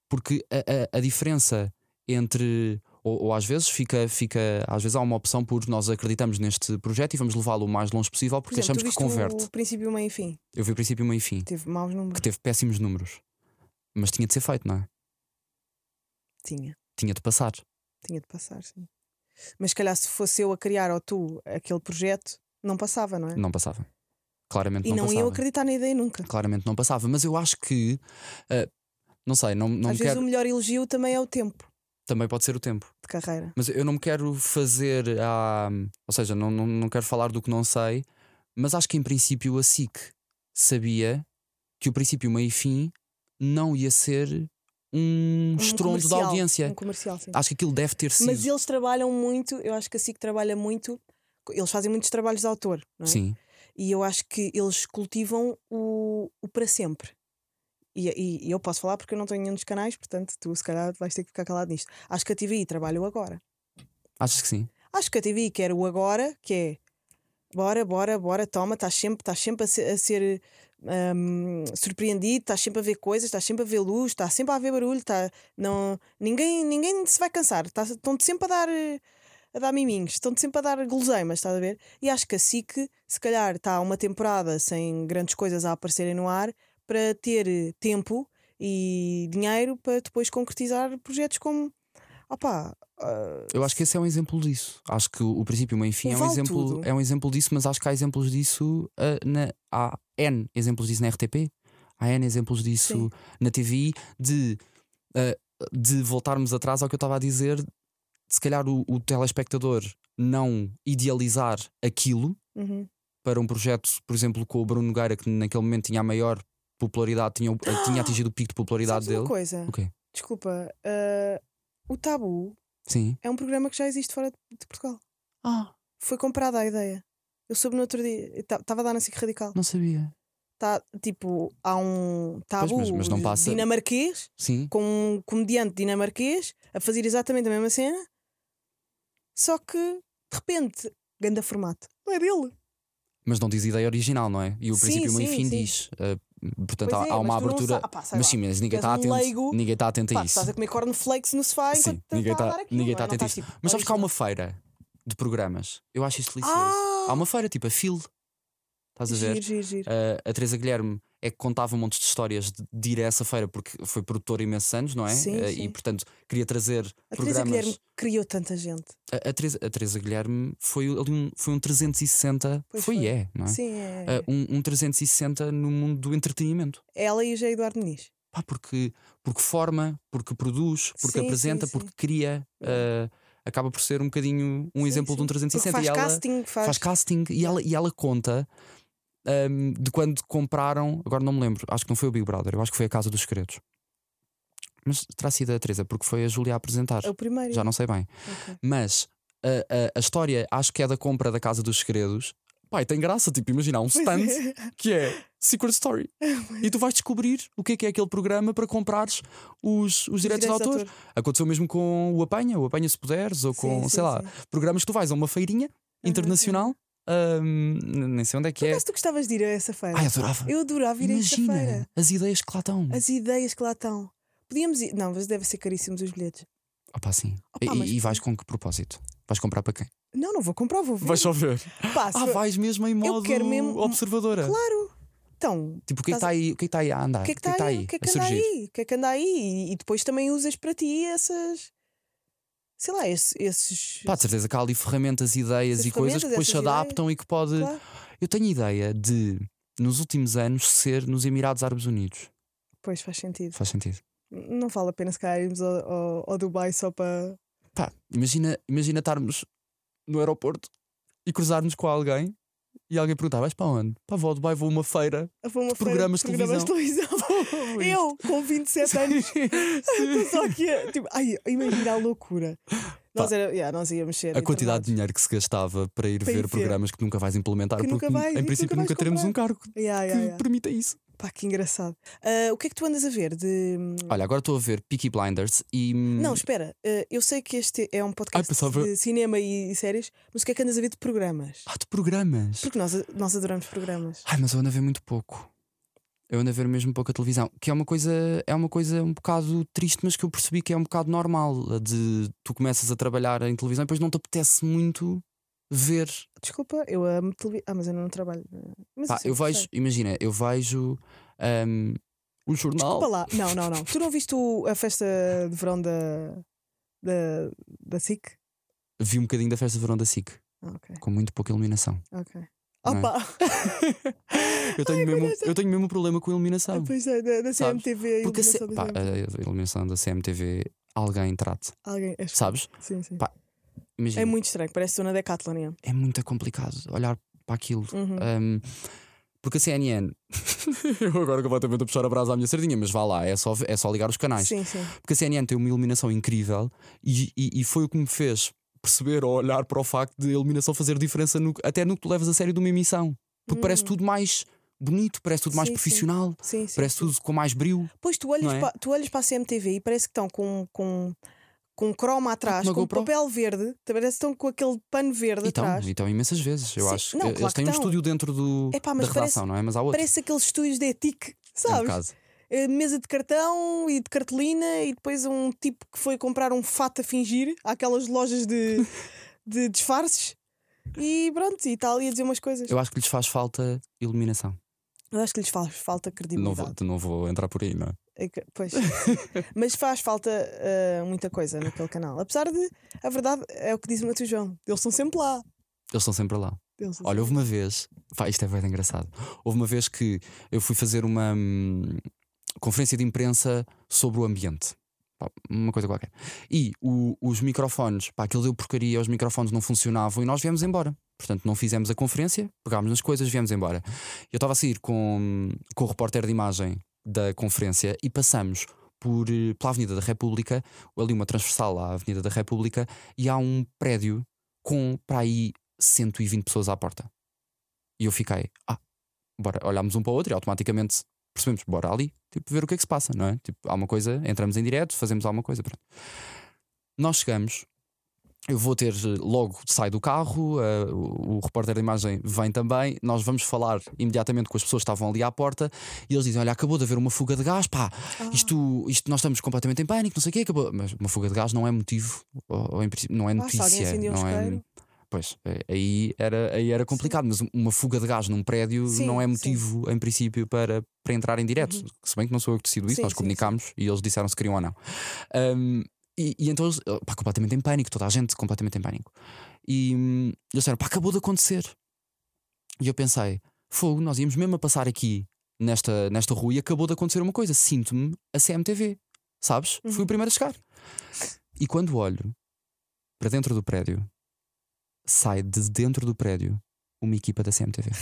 Speaker 4: porque a, a- a diferença entre ou, ou às vezes fica, fica, às vezes há uma opção por nós acreditamos neste projeto e vamos levá-lo o mais longe possível porque
Speaker 3: Por exemplo,
Speaker 4: achamos
Speaker 3: tu
Speaker 4: que
Speaker 3: viste
Speaker 4: converte.
Speaker 3: o princípio, meio e fim.
Speaker 4: Eu vi o princípio, meio e fim,
Speaker 3: Teve maus
Speaker 4: que
Speaker 3: números.
Speaker 4: teve péssimos números, mas tinha de ser feito, não é?
Speaker 3: Tinha.
Speaker 4: Tinha de passar.
Speaker 3: Tinha de passar, sim. Mas se calhar se fosse eu a criar ou tu aquele projeto, não passava, não é?
Speaker 4: Não passava. Claramente
Speaker 3: e não,
Speaker 4: passava.
Speaker 3: iam acreditar na ideia nunca.
Speaker 4: Claramente não passava, mas eu acho que. ah, não sei, não, não me
Speaker 3: Às vezes
Speaker 4: quero.
Speaker 3: o melhor elogio também é o tempo
Speaker 4: Também pode ser o tempo.
Speaker 3: de carreira.
Speaker 4: Mas eu não me quero fazer a. Ou seja, não, não, não quero falar do que não sei, mas acho que em princípio a SIC sabia que o princípio, meio e fim não ia ser um,
Speaker 3: Um
Speaker 4: estrondo de
Speaker 3: comercial,
Speaker 4: audiência. Ah,
Speaker 3: Um comercial, sim.
Speaker 4: Acho que aquilo deve ter sido.
Speaker 3: Mas eles trabalham muito, eu acho que a SIC trabalha muito, eles fazem muitos trabalhos de autor, não é?
Speaker 4: Sim,
Speaker 3: E eu acho que eles cultivam o, o para sempre. E, e- e eu posso falar porque eu não tenho nenhum dos canais, portanto, tu se calhar vais ter que ficar calado nisto. Acho que a TVI trabalha o agora.
Speaker 4: achas que sim.
Speaker 3: Acho que a TVI quer o agora, que é bora, bora, bora, toma, estás sempre, estás sempre a ser, a ser, hum, surpreendido, estás sempre a ver coisas, estás sempre a ver luz, estás sempre a ver barulho, tá, não, ninguém, ninguém se vai cansar, tá- estão-te sempre a dar. eh, A dar miminhos, estão-te sempre a dar guloseimas, estás a ver? E acho que a SIC, se calhar, está uma temporada sem grandes coisas a aparecerem no ar para ter eh, tempo e dinheiro para depois concretizar projetos como. Opá, ah,
Speaker 4: Eu acho que esse é um exemplo disso. Acho que o, o princípio, meio e fim
Speaker 3: O
Speaker 4: é um,
Speaker 3: vale
Speaker 4: exemplo,
Speaker 3: tudo.
Speaker 4: é um exemplo disso, mas acho que há exemplos disso ah, na. Há N exemplos disso na RTP, há N exemplos disso
Speaker 3: Sim.
Speaker 4: na TVI, de, ah, de voltarmos atrás ao que eu estava a dizer, de se calhar o, o telespectador não idealizar aquilo
Speaker 3: uhum.
Speaker 4: para um projeto, por exemplo, com o Bruno Nogueira, que naquele momento tinha a maior popularidade, tinha, o- ah, tinha atingido o pico de popularidade
Speaker 3: Sabes
Speaker 4: dele.
Speaker 3: uma coisa?
Speaker 4: O quê?
Speaker 3: Desculpa. ah, o Tabu
Speaker 4: Sim.
Speaker 3: é um programa que já existe fora de de Portugal.
Speaker 4: Ah,
Speaker 3: Foi comprada a ideia. Eu soube no outro dia. Estava a dar na SIC Radical.
Speaker 4: não sabia.
Speaker 3: Tá, tipo, há um Tabu
Speaker 4: mas- mas não passa-
Speaker 3: dinamarquês
Speaker 4: Sim.
Speaker 3: com um comediante dinamarquês a fazer exatamente a mesma cena. Só que, de repente, ganda formato. Não é dele.
Speaker 4: Mas não diz ideia original, não é? E o
Speaker 3: Sim,
Speaker 4: princípio, meio e
Speaker 3: sim,
Speaker 4: fim
Speaker 3: sim.
Speaker 4: diz. Uh, portanto, há,
Speaker 3: Pois é,
Speaker 4: há uma
Speaker 3: mas tu não
Speaker 4: abertura.
Speaker 3: sa- Ah, pá, sei
Speaker 4: mas
Speaker 3: lá.
Speaker 4: sim, mas ninguém
Speaker 3: és
Speaker 4: está
Speaker 3: um
Speaker 4: atento.
Speaker 3: leigo.
Speaker 4: Ninguém está atento
Speaker 3: Pá,
Speaker 4: a
Speaker 3: tu
Speaker 4: isso.
Speaker 3: estás a comer cornflakes no sofá
Speaker 4: Sim,
Speaker 3: enquanto
Speaker 4: ninguém
Speaker 3: está a
Speaker 4: tá-
Speaker 3: dar aquilo,
Speaker 4: ninguém
Speaker 3: não é?
Speaker 4: tá
Speaker 3: Não
Speaker 4: atento a
Speaker 3: estás, tipo,
Speaker 4: Mas sabes que há uma
Speaker 3: original.
Speaker 4: feira de programas. Eu acho isso delicioso. Há
Speaker 3: Ah!
Speaker 4: uma feira tipo a Phil. Estás a ver?
Speaker 3: Giro, giro, giro.
Speaker 4: Uh, a Teresa Guilherme é que contava um monte de histórias de, de ir a essa feira porque foi produtora imensos anos, não é?
Speaker 3: Sim,
Speaker 4: Uh, E
Speaker 3: sim.
Speaker 4: portanto queria trazer
Speaker 3: A Teresa
Speaker 4: programas.
Speaker 3: Guilherme criou tanta gente.
Speaker 4: A, a Teresa, a Teresa Guilherme foi ali um, foi um 360.
Speaker 3: Pois
Speaker 4: foi,
Speaker 3: foi.
Speaker 4: e é, não é?
Speaker 3: Sim, é.
Speaker 4: Uh, um, um 360 no mundo do entretenimento.
Speaker 3: Ela e o José Eduardo Muniz.
Speaker 4: Pá, porque, porque forma, porque produz, porque
Speaker 3: Sim,
Speaker 4: apresenta,
Speaker 3: sim, sim.
Speaker 4: porque cria. ah, acaba por ser um bocadinho um
Speaker 3: Sim,
Speaker 4: exemplo de um
Speaker 3: sim. Porque
Speaker 4: 360.
Speaker 3: faz
Speaker 4: e ela
Speaker 3: casting, faz.
Speaker 4: faz casting e ela, e ela conta ahm, de quando compraram. Agora não me lembro, acho que não foi o Big Brother, eu acho que foi a Casa dos Segredos. Mas terá sido a Teresa, porque foi a Júlia a apresentar.
Speaker 3: É o primeiro.
Speaker 4: Já não sei bem.
Speaker 3: Ok.
Speaker 4: Mas a, a- a história, acho que é da compra da Casa dos Segredos. Pai, tem graça, tipo, imagina, há um
Speaker 3: é.
Speaker 4: stand que é Secret Story. e tu vais descobrir o que é que é aquele programa para comprares os, os direitos de autor. Aconteceu mesmo com o Apanha, o Apanha Se Puderes, ou com,
Speaker 3: Sim,
Speaker 4: sei
Speaker 3: sim, Uhum,
Speaker 4: lá, é-
Speaker 3: sim.
Speaker 4: programas que tu vais a uma feirinha internacional, ahm, nem sei onde é que é.
Speaker 3: Mas tu gostavas de ir a essa feira?
Speaker 4: Ai, adorava.
Speaker 3: Eu adorava ir a essa feira.
Speaker 4: Imagina as ideias que lá estão.
Speaker 3: As ideias que lá estão. Podíamos ir. Não, mas devem ser caríssimos os bilhetes.
Speaker 4: Opa, sim.
Speaker 3: Opa,
Speaker 4: E-
Speaker 3: mas-
Speaker 4: e, vais com que propósito? Vais comprar para quem?
Speaker 3: Não, não vou comprar, vou ver.
Speaker 4: Vais só ver.
Speaker 3: Pá, se
Speaker 4: Ah,
Speaker 3: for-
Speaker 4: vais mesmo em modo
Speaker 3: quero mesmo-
Speaker 4: observadora.
Speaker 3: Claro. Então,
Speaker 4: Tipo, o que é
Speaker 3: Estás-
Speaker 4: que está aí, o que é que está aí a andar?
Speaker 3: o que é que está
Speaker 4: tá
Speaker 3: aí? O que é que
Speaker 4: a
Speaker 3: anda
Speaker 4: surgir?
Speaker 3: aí? O que é que anda aí? E- E depois também usas para ti essas. Sei lá, esse- esses.
Speaker 4: Pá, de certeza que há ali ferramentas, ideias
Speaker 3: Essas
Speaker 4: e coisas que
Speaker 3: ferramentas,
Speaker 4: depois se
Speaker 3: essas
Speaker 4: adaptam e que pode.
Speaker 3: Claro.
Speaker 4: Eu tenho ideia de, nos últimos anos, ser nos Emirados Árabes Unidos.
Speaker 3: Pois faz sentido.
Speaker 4: Faz sentido.
Speaker 3: Não vale a pena se calhar irmos ao, ao- ao Dubai só para.
Speaker 4: Pá, imagina, imagina estarmos no aeroporto e cruzarmos com alguém e alguém perguntar: vais para onde? Para vou ao Dubai, vou a
Speaker 3: [LAUGHS]
Speaker 4: uma feira.
Speaker 3: para uma
Speaker 4: De programas
Speaker 3: feira
Speaker 4: de
Speaker 3: televisão.
Speaker 4: [LAUGHS]
Speaker 3: Eu, com 27 anos, estou só aqui a. Tipo, ai, imagina a loucura. Nós, era, yeah, nós íamos ser.
Speaker 4: A quantidade de
Speaker 3: internados.
Speaker 4: dinheiro que se gastava para ir
Speaker 3: Para ir
Speaker 4: ver
Speaker 3: ver.
Speaker 4: programas que nunca vais implementar,
Speaker 3: Que
Speaker 4: porque
Speaker 3: nunca vais e
Speaker 4: em
Speaker 3: que
Speaker 4: princípio
Speaker 3: nunca
Speaker 4: nunca
Speaker 3: vais
Speaker 4: teremos um
Speaker 3: comprar.
Speaker 4: cargo que
Speaker 3: Yeah, yeah, yeah.
Speaker 4: permita isso.
Speaker 3: Pá, que engraçado. Ah, o que é que tu andas a ver? De...
Speaker 4: Olha, agora estou a ver Peaky Blinders e.
Speaker 3: Hum.
Speaker 4: hum,
Speaker 3: Não, espera. ah, eu sei que este é um podcast
Speaker 4: Ai, pensava-
Speaker 3: de cinema e, e séries, mas o que é que andas a ver de programas?
Speaker 4: Ah, de programas.
Speaker 3: Porque nós, nós adoramos programas.
Speaker 4: Ai, mas eu ando a ver muito pouco. Eu ando a ver mesmo pouca televisão, que é uma coisa, é uma coisa um bocado triste, mas que eu percebi que é um bocado normal a de tu começas a trabalhar em televisão e depois não te apetece muito ver.
Speaker 3: Desculpa, eu amo televisão. Ah, mas eu não trabalho. Mas
Speaker 4: Pá,
Speaker 3: isso
Speaker 4: eu
Speaker 3: sei.
Speaker 4: vejo, imagina, eu vejo hum, ahm, o jornal.
Speaker 3: Desculpa lá. Não, não, não. Tu não viste o- a festa de verão da. da, da SIC?
Speaker 4: Vi um bocadinho da festa de verão da SIC,
Speaker 3: Ah, ok,
Speaker 4: com muito pouca iluminação.
Speaker 3: ok.
Speaker 4: Não é?
Speaker 3: Opa!
Speaker 4: Eu tenho, mesmo,
Speaker 3: essa-
Speaker 4: eu tenho mesmo um problema com a iluminação.
Speaker 3: é [LAUGHS] Pois é, da, da
Speaker 4: Sabes?
Speaker 3: CMTV. a
Speaker 4: Porque a, C-
Speaker 3: iluminação da
Speaker 4: pá, eh,
Speaker 3: CMTV.
Speaker 4: a iluminação da CMTV, alguém trate,
Speaker 3: Alguém. acho que-
Speaker 4: sabes?
Speaker 3: Sim, sim.
Speaker 4: pá, Imagina,
Speaker 3: É muito estranho, parece zona Decathlon. é.
Speaker 4: é muito complicado olhar para aquilo.
Speaker 3: Uhum.
Speaker 4: Um, porque a CNN, [LAUGHS] eu agora completamente a puxar a brasa à minha sardinha, mas vá lá, é só, é só ligar os canais.
Speaker 3: Sim, sim.
Speaker 4: Porque a CNN tem uma iluminação incrível e, e, e foi o que me fez perceber ou olhar para o facto de a iluminação fazer diferença no- até no que tu levas a sério de uma emissão. Porque parece tudo mais bonito, parece tudo mais
Speaker 3: Hum. Sim, sim.
Speaker 4: profissional,
Speaker 3: sim, sim
Speaker 4: parece
Speaker 3: sim.
Speaker 4: tudo com mais brilho.
Speaker 3: Pois tu olhas,
Speaker 4: Não é?
Speaker 3: pa- tu olhas para a CMTV e parece que estão com, com, com um croma atrás,
Speaker 4: Tipo uma
Speaker 3: com
Speaker 4: GoPro? Então,
Speaker 3: papel verde, parece que estão com aquele pano verde
Speaker 4: E estão,
Speaker 3: atrás.
Speaker 4: e estão imensas vezes. Eu
Speaker 3: É Sim,
Speaker 4: acho
Speaker 3: não,
Speaker 4: que
Speaker 3: claro
Speaker 4: eles
Speaker 3: que
Speaker 4: têm um
Speaker 3: estão.
Speaker 4: estúdio dentro do,
Speaker 3: Epá,
Speaker 4: da
Speaker 3: mas
Speaker 4: redação, não é? Mas há outro.
Speaker 3: Parece aqueles estúdios de etique,
Speaker 4: é um
Speaker 3: sabes?
Speaker 4: bocado.
Speaker 3: Eh, Mesa de cartão e de cartolina e depois um tipo que foi comprar um fato a fingir àquelas lojas
Speaker 4: [LAUGHS]
Speaker 3: de, de disfarces. E pronto, e está ali a dizer umas coisas.
Speaker 4: Eu acho que lhes faz falta iluminação.
Speaker 3: Eu acho que lhes faz falta
Speaker 4: Não
Speaker 3: credibilidade.
Speaker 4: vou, não vou entrar por aí, não é?
Speaker 3: É que-
Speaker 4: [LAUGHS]
Speaker 3: Pois. Mas faz falta eh, muita coisa naquele canal. Apesar de, a verdade é o que diz o Matheus João. Eles estão sempre lá.
Speaker 4: Eles estão sempre lá.
Speaker 3: Eles estão
Speaker 4: Olha, houve uma vez, pá, isto é bem engraçado. Houve uma vez que eu fui fazer uma hum, conferência de imprensa sobre o ambiente. Pá, Uma coisa qualquer. E o- os microfones, pá, aquilo deu porcaria, os microfones não funcionavam e nós viemos embora. Portanto, não fizemos a conferência, pegámos nas coisas, viemos embora. Eu estava a sair com, com o repórter de imagem da conferência e passamos por, eh, pela Avenida da República, ali uma transversal à Avenida da República, e há um prédio com para aí 120 pessoas à porta. E eu fiquei, ah, bora, olhámos um para o outro e automaticamente percebemos, bora ali, tipo, ver o que é que se passa, não é? Tipo, há uma coisa, entramos em direto, fazemos alguma coisa, pronto. Nós chegamos, eu vou ter eh, logo, sai do carro, eh, o, o repórter de imagem vem também, nós vamos falar imediatamente com as pessoas que estavam ali à porta e eles dizem: Olha, acabou de haver uma fuga de gás, pá,
Speaker 3: Ah.
Speaker 4: isto, isto nós estamos completamente em pânico, não sei o quê, acabou. Mas uma fuga de gás não é motivo, ou, ou em princípio, não é
Speaker 3: Ah, se
Speaker 4: notícia.
Speaker 3: alguém acendeu um
Speaker 4: não é,
Speaker 3: isqueiro.
Speaker 4: Pois, eh, aí era, aí era complicado, mas uma fuga de gás num prédio
Speaker 3: Sim,
Speaker 4: não é
Speaker 3: sim.
Speaker 4: motivo, em princípio, para, para entrar em direto. Se bem que não sou eu que decido isso,
Speaker 3: Uhum. Sim,
Speaker 4: nós
Speaker 3: sim,
Speaker 4: comunicámos e eles disseram se queriam ou não. Ahm, e, e então eles, eh, pá, completamente em pânico, toda a gente completamente em pânico. E hum, eles disseram, pá, acabou de acontecer. E eu pensei, fogo, nós íamos mesmo a passar aqui nesta, nesta rua e acabou de acontecer uma coisa. Sinto-me a CMTV, sabes?
Speaker 3: Uhum.
Speaker 4: Fui o primeiro a chegar. E quando olho para dentro do prédio, sai de dentro do prédio uma equipa da CMTV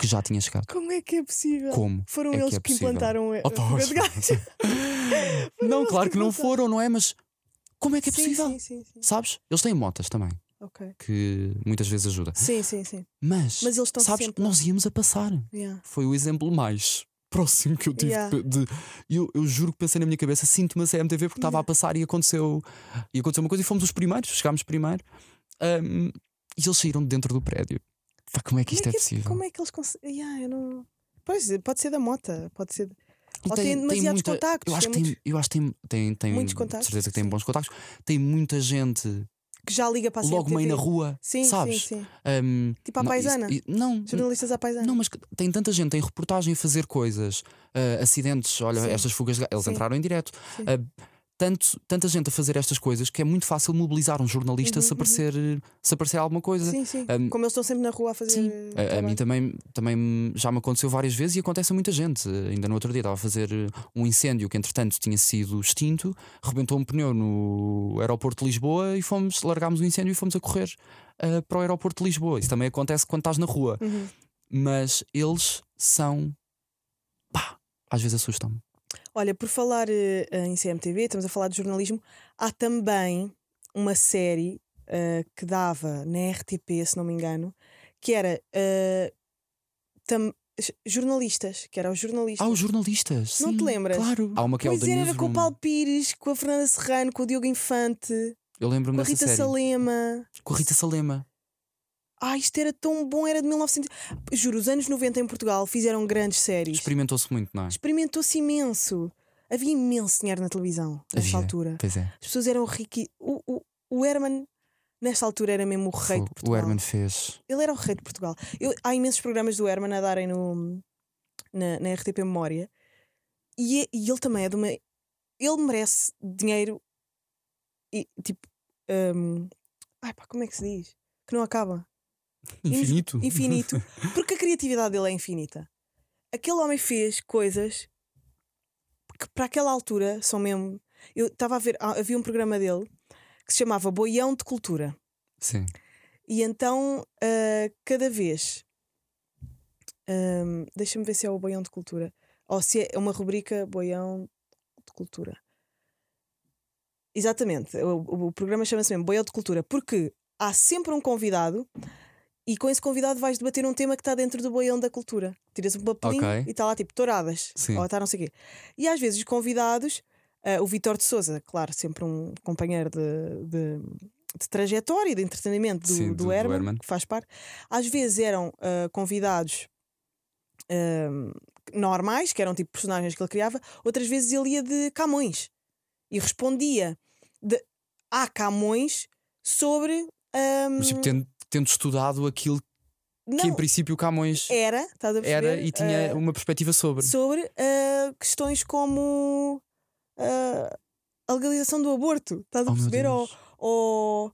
Speaker 4: que já tinha chegado.
Speaker 3: Como é que é possível?
Speaker 4: Como?
Speaker 3: Foram
Speaker 4: é que
Speaker 3: eles
Speaker 4: é
Speaker 3: que
Speaker 4: possível?
Speaker 3: implantaram a-
Speaker 4: Opa,
Speaker 3: a fuga
Speaker 4: hoje-
Speaker 3: de gás.
Speaker 4: não,
Speaker 3: eles
Speaker 4: claro
Speaker 3: que
Speaker 4: que não
Speaker 3: implantaram.
Speaker 4: foram, não é? Mas como [LAUGHS] é que é
Speaker 3: Sim,
Speaker 4: possível?
Speaker 3: Sim, sim, sim.
Speaker 4: Sabes? Eles têm motas também,
Speaker 3: Ok.
Speaker 4: que muitas vezes ajuda.
Speaker 3: Sim, sim, sim.
Speaker 4: Mas,
Speaker 3: Mas eles estão
Speaker 4: sabes,
Speaker 3: sempre lá.
Speaker 4: nós íamos a passar.
Speaker 3: Yeah.
Speaker 4: Foi o exemplo mais próximo que eu tive
Speaker 3: Yeah.
Speaker 4: de. de- Eu, eu juro que pensei na minha cabeça, sinto-me a CMTV porque estava a passar e aconteceu, e aconteceu uma coisa e fomos os primeiros, chegámos primeiro. Ahm, e eles saíram de dentro do prédio. Pá, como é que isto é,
Speaker 3: como, é que,
Speaker 4: possível?
Speaker 3: como é que eles conseguem? Yeah, eu não... Pois, pode ser da mota, pode ser.
Speaker 4: E
Speaker 3: Ou oh, tem demasiados contactos,
Speaker 4: Eu acho,
Speaker 3: tem
Speaker 4: que tem,
Speaker 3: muitos-
Speaker 4: eu acho que tem, tem, tem
Speaker 3: Muitos
Speaker 4: De
Speaker 3: contactos,
Speaker 4: certeza que tem
Speaker 3: sim.
Speaker 4: bons contactos. Tem muita gente
Speaker 3: Que já liga para a
Speaker 4: logo
Speaker 3: CMTV.
Speaker 4: meio na rua,
Speaker 3: Sim,
Speaker 4: sabes?
Speaker 3: sim, sim.
Speaker 4: Ahm,
Speaker 3: Tipo à
Speaker 4: não, isso-
Speaker 3: paisana.
Speaker 4: e- não,
Speaker 3: Jornalistas à paisana.
Speaker 4: não, mas que- tem tanta gente em reportagem a fazer coisas, ah, acidentes, olha,
Speaker 3: Sim.
Speaker 4: estas fugas, de gás, eles
Speaker 3: Sim.
Speaker 4: entraram em direto.
Speaker 3: Sim.
Speaker 4: Ah, tanto, tanta gente a fazer estas coisas que é muito fácil mobilizar um jornalista
Speaker 3: Uhum,
Speaker 4: se, aparecer, se aparecer alguma coisa.
Speaker 3: Sim, sim.
Speaker 4: Ahm,
Speaker 3: Como eles estão sempre na rua a fazer.
Speaker 4: hum, Sim.
Speaker 3: eh,
Speaker 4: A- A,
Speaker 3: trabalho.
Speaker 4: mim também, também já me aconteceu várias vezes e acontece a muita gente. Eh, Ainda no outro dia estava a fazer eh, um incêndio que, entretanto, tinha sido extinto, rebentou um pneu no aeroporto de Lisboa e fomos, largámos o incêndio e fomos a correr eh, para o aeroporto de Lisboa. Isso também acontece quando estás na rua.
Speaker 3: Uhum.
Speaker 4: Mas eles são. pá, às vezes assustam-me.
Speaker 3: Olha, por falar eh, em CMTV, estamos a falar de jornalismo, há também uma série eh, que dava na RTP, se não me engano, que era eh, tam- j- jornalistas, que era os jornalistas.
Speaker 4: Ah, os jornalistas.
Speaker 3: Não
Speaker 4: sim,
Speaker 3: te lembras?
Speaker 4: Claro. Há uma que é o
Speaker 3: Pois
Speaker 4: The
Speaker 3: era, era com o
Speaker 4: Newsroom.
Speaker 3: Paulo Pires, com a Fernanda Serrano, com o Diogo Infante,
Speaker 4: Eu lembro-me
Speaker 3: com a
Speaker 4: dessa
Speaker 3: Rita
Speaker 4: série.
Speaker 3: Salema.
Speaker 4: Com a Rita Salema.
Speaker 3: Ah, isto era tão bom, era de 1900. Juro, os anos 90 em Portugal fizeram grandes séries.
Speaker 4: Experimentou-se muito, não é?
Speaker 3: Experimentou-se imenso. Havia imenso dinheiro na televisão nessa
Speaker 4: Havia.
Speaker 3: altura.
Speaker 4: Pois é.
Speaker 3: As pessoas eram ricas. O, o, o Herman, nessa altura, era mesmo o rei de
Speaker 4: Fogo.
Speaker 3: Portugal.
Speaker 4: O Herman fez.
Speaker 3: Ele era o rei de Portugal. Eu- há imensos programas do Herman a darem no, na, na RTP Memória. E, é- e ele também é de uma. Ele merece dinheiro e tipo. hum, ai pá, como é que se diz? Que não acaba. Inf-
Speaker 4: Infinito.
Speaker 3: Infinito. Porque a criatividade dele é infinita. Aquele homem fez coisas que para aquela altura são mesmo. Eu estava a ver, há- havia um programa dele que se chamava Boião de Cultura.
Speaker 4: Sim.
Speaker 3: E então, ah, cada vez. ahm, Deixa-me ver se é o boião de cultura. Ou se é uma rubrica boião de cultura. Exatamente. O, o- o programa chama-se mesmo Boião de Cultura. Porque há sempre um convidado e com esse convidado vais debater um tema que está dentro do boião da cultura. Tiras um papelinho
Speaker 4: Ok.
Speaker 3: e está lá tipo touradas.
Speaker 4: Sim.
Speaker 3: Ou está não sei o quê. E às vezes os convidados. ah, o Vitor de Souza, claro, sempre um companheiro de- de, de trajetória, de entretenimento do,
Speaker 4: Sim,
Speaker 3: do,
Speaker 4: do- do
Speaker 3: Herman,
Speaker 4: Herman.
Speaker 3: que faz parte, às vezes eram ah, convidados ahm, normais, que eram tipo personagens que ele criava, outras vezes ele ia de Camões e respondia de, a Camões sobre. ahm,
Speaker 4: Mas tipo, tendo, tendo estudado aquilo que em
Speaker 3: não,
Speaker 4: princípio o Camões
Speaker 3: era, estás a perceber?
Speaker 4: era e tinha um
Speaker 3: Ah,
Speaker 4: uma perspectiva sobre.
Speaker 3: sobre ah, questões como ah, a legalização do aborto, estás a
Speaker 4: Oh, meu
Speaker 3: perceber? Ou,
Speaker 4: Deus.
Speaker 3: ou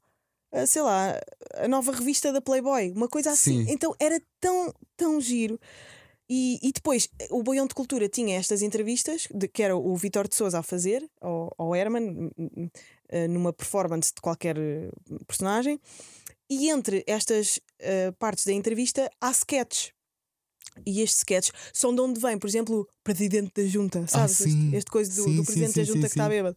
Speaker 3: ah, sei lá, a nova revista da Playboy, uma coisa assim.
Speaker 4: Sim.
Speaker 3: Então era tão, tão giro. E, e depois eh, o Boião de Cultura tinha estas entrevistas, de, que era o Vitor de Souza a fazer, ao, ao Herman, n- n- eh, numa performance de qualquer eh, personagem, e entre estas eh, partes da entrevista há sketches. E estes sketches são de onde vem, por exemplo, o presidente da junta, sabes?
Speaker 4: Ah, sim.
Speaker 3: este, este coisa do,
Speaker 4: Sim,
Speaker 3: do
Speaker 4: sim,
Speaker 3: presidente
Speaker 4: sim,
Speaker 3: da junta
Speaker 4: sim,
Speaker 3: que está
Speaker 4: sim.
Speaker 3: bêbado.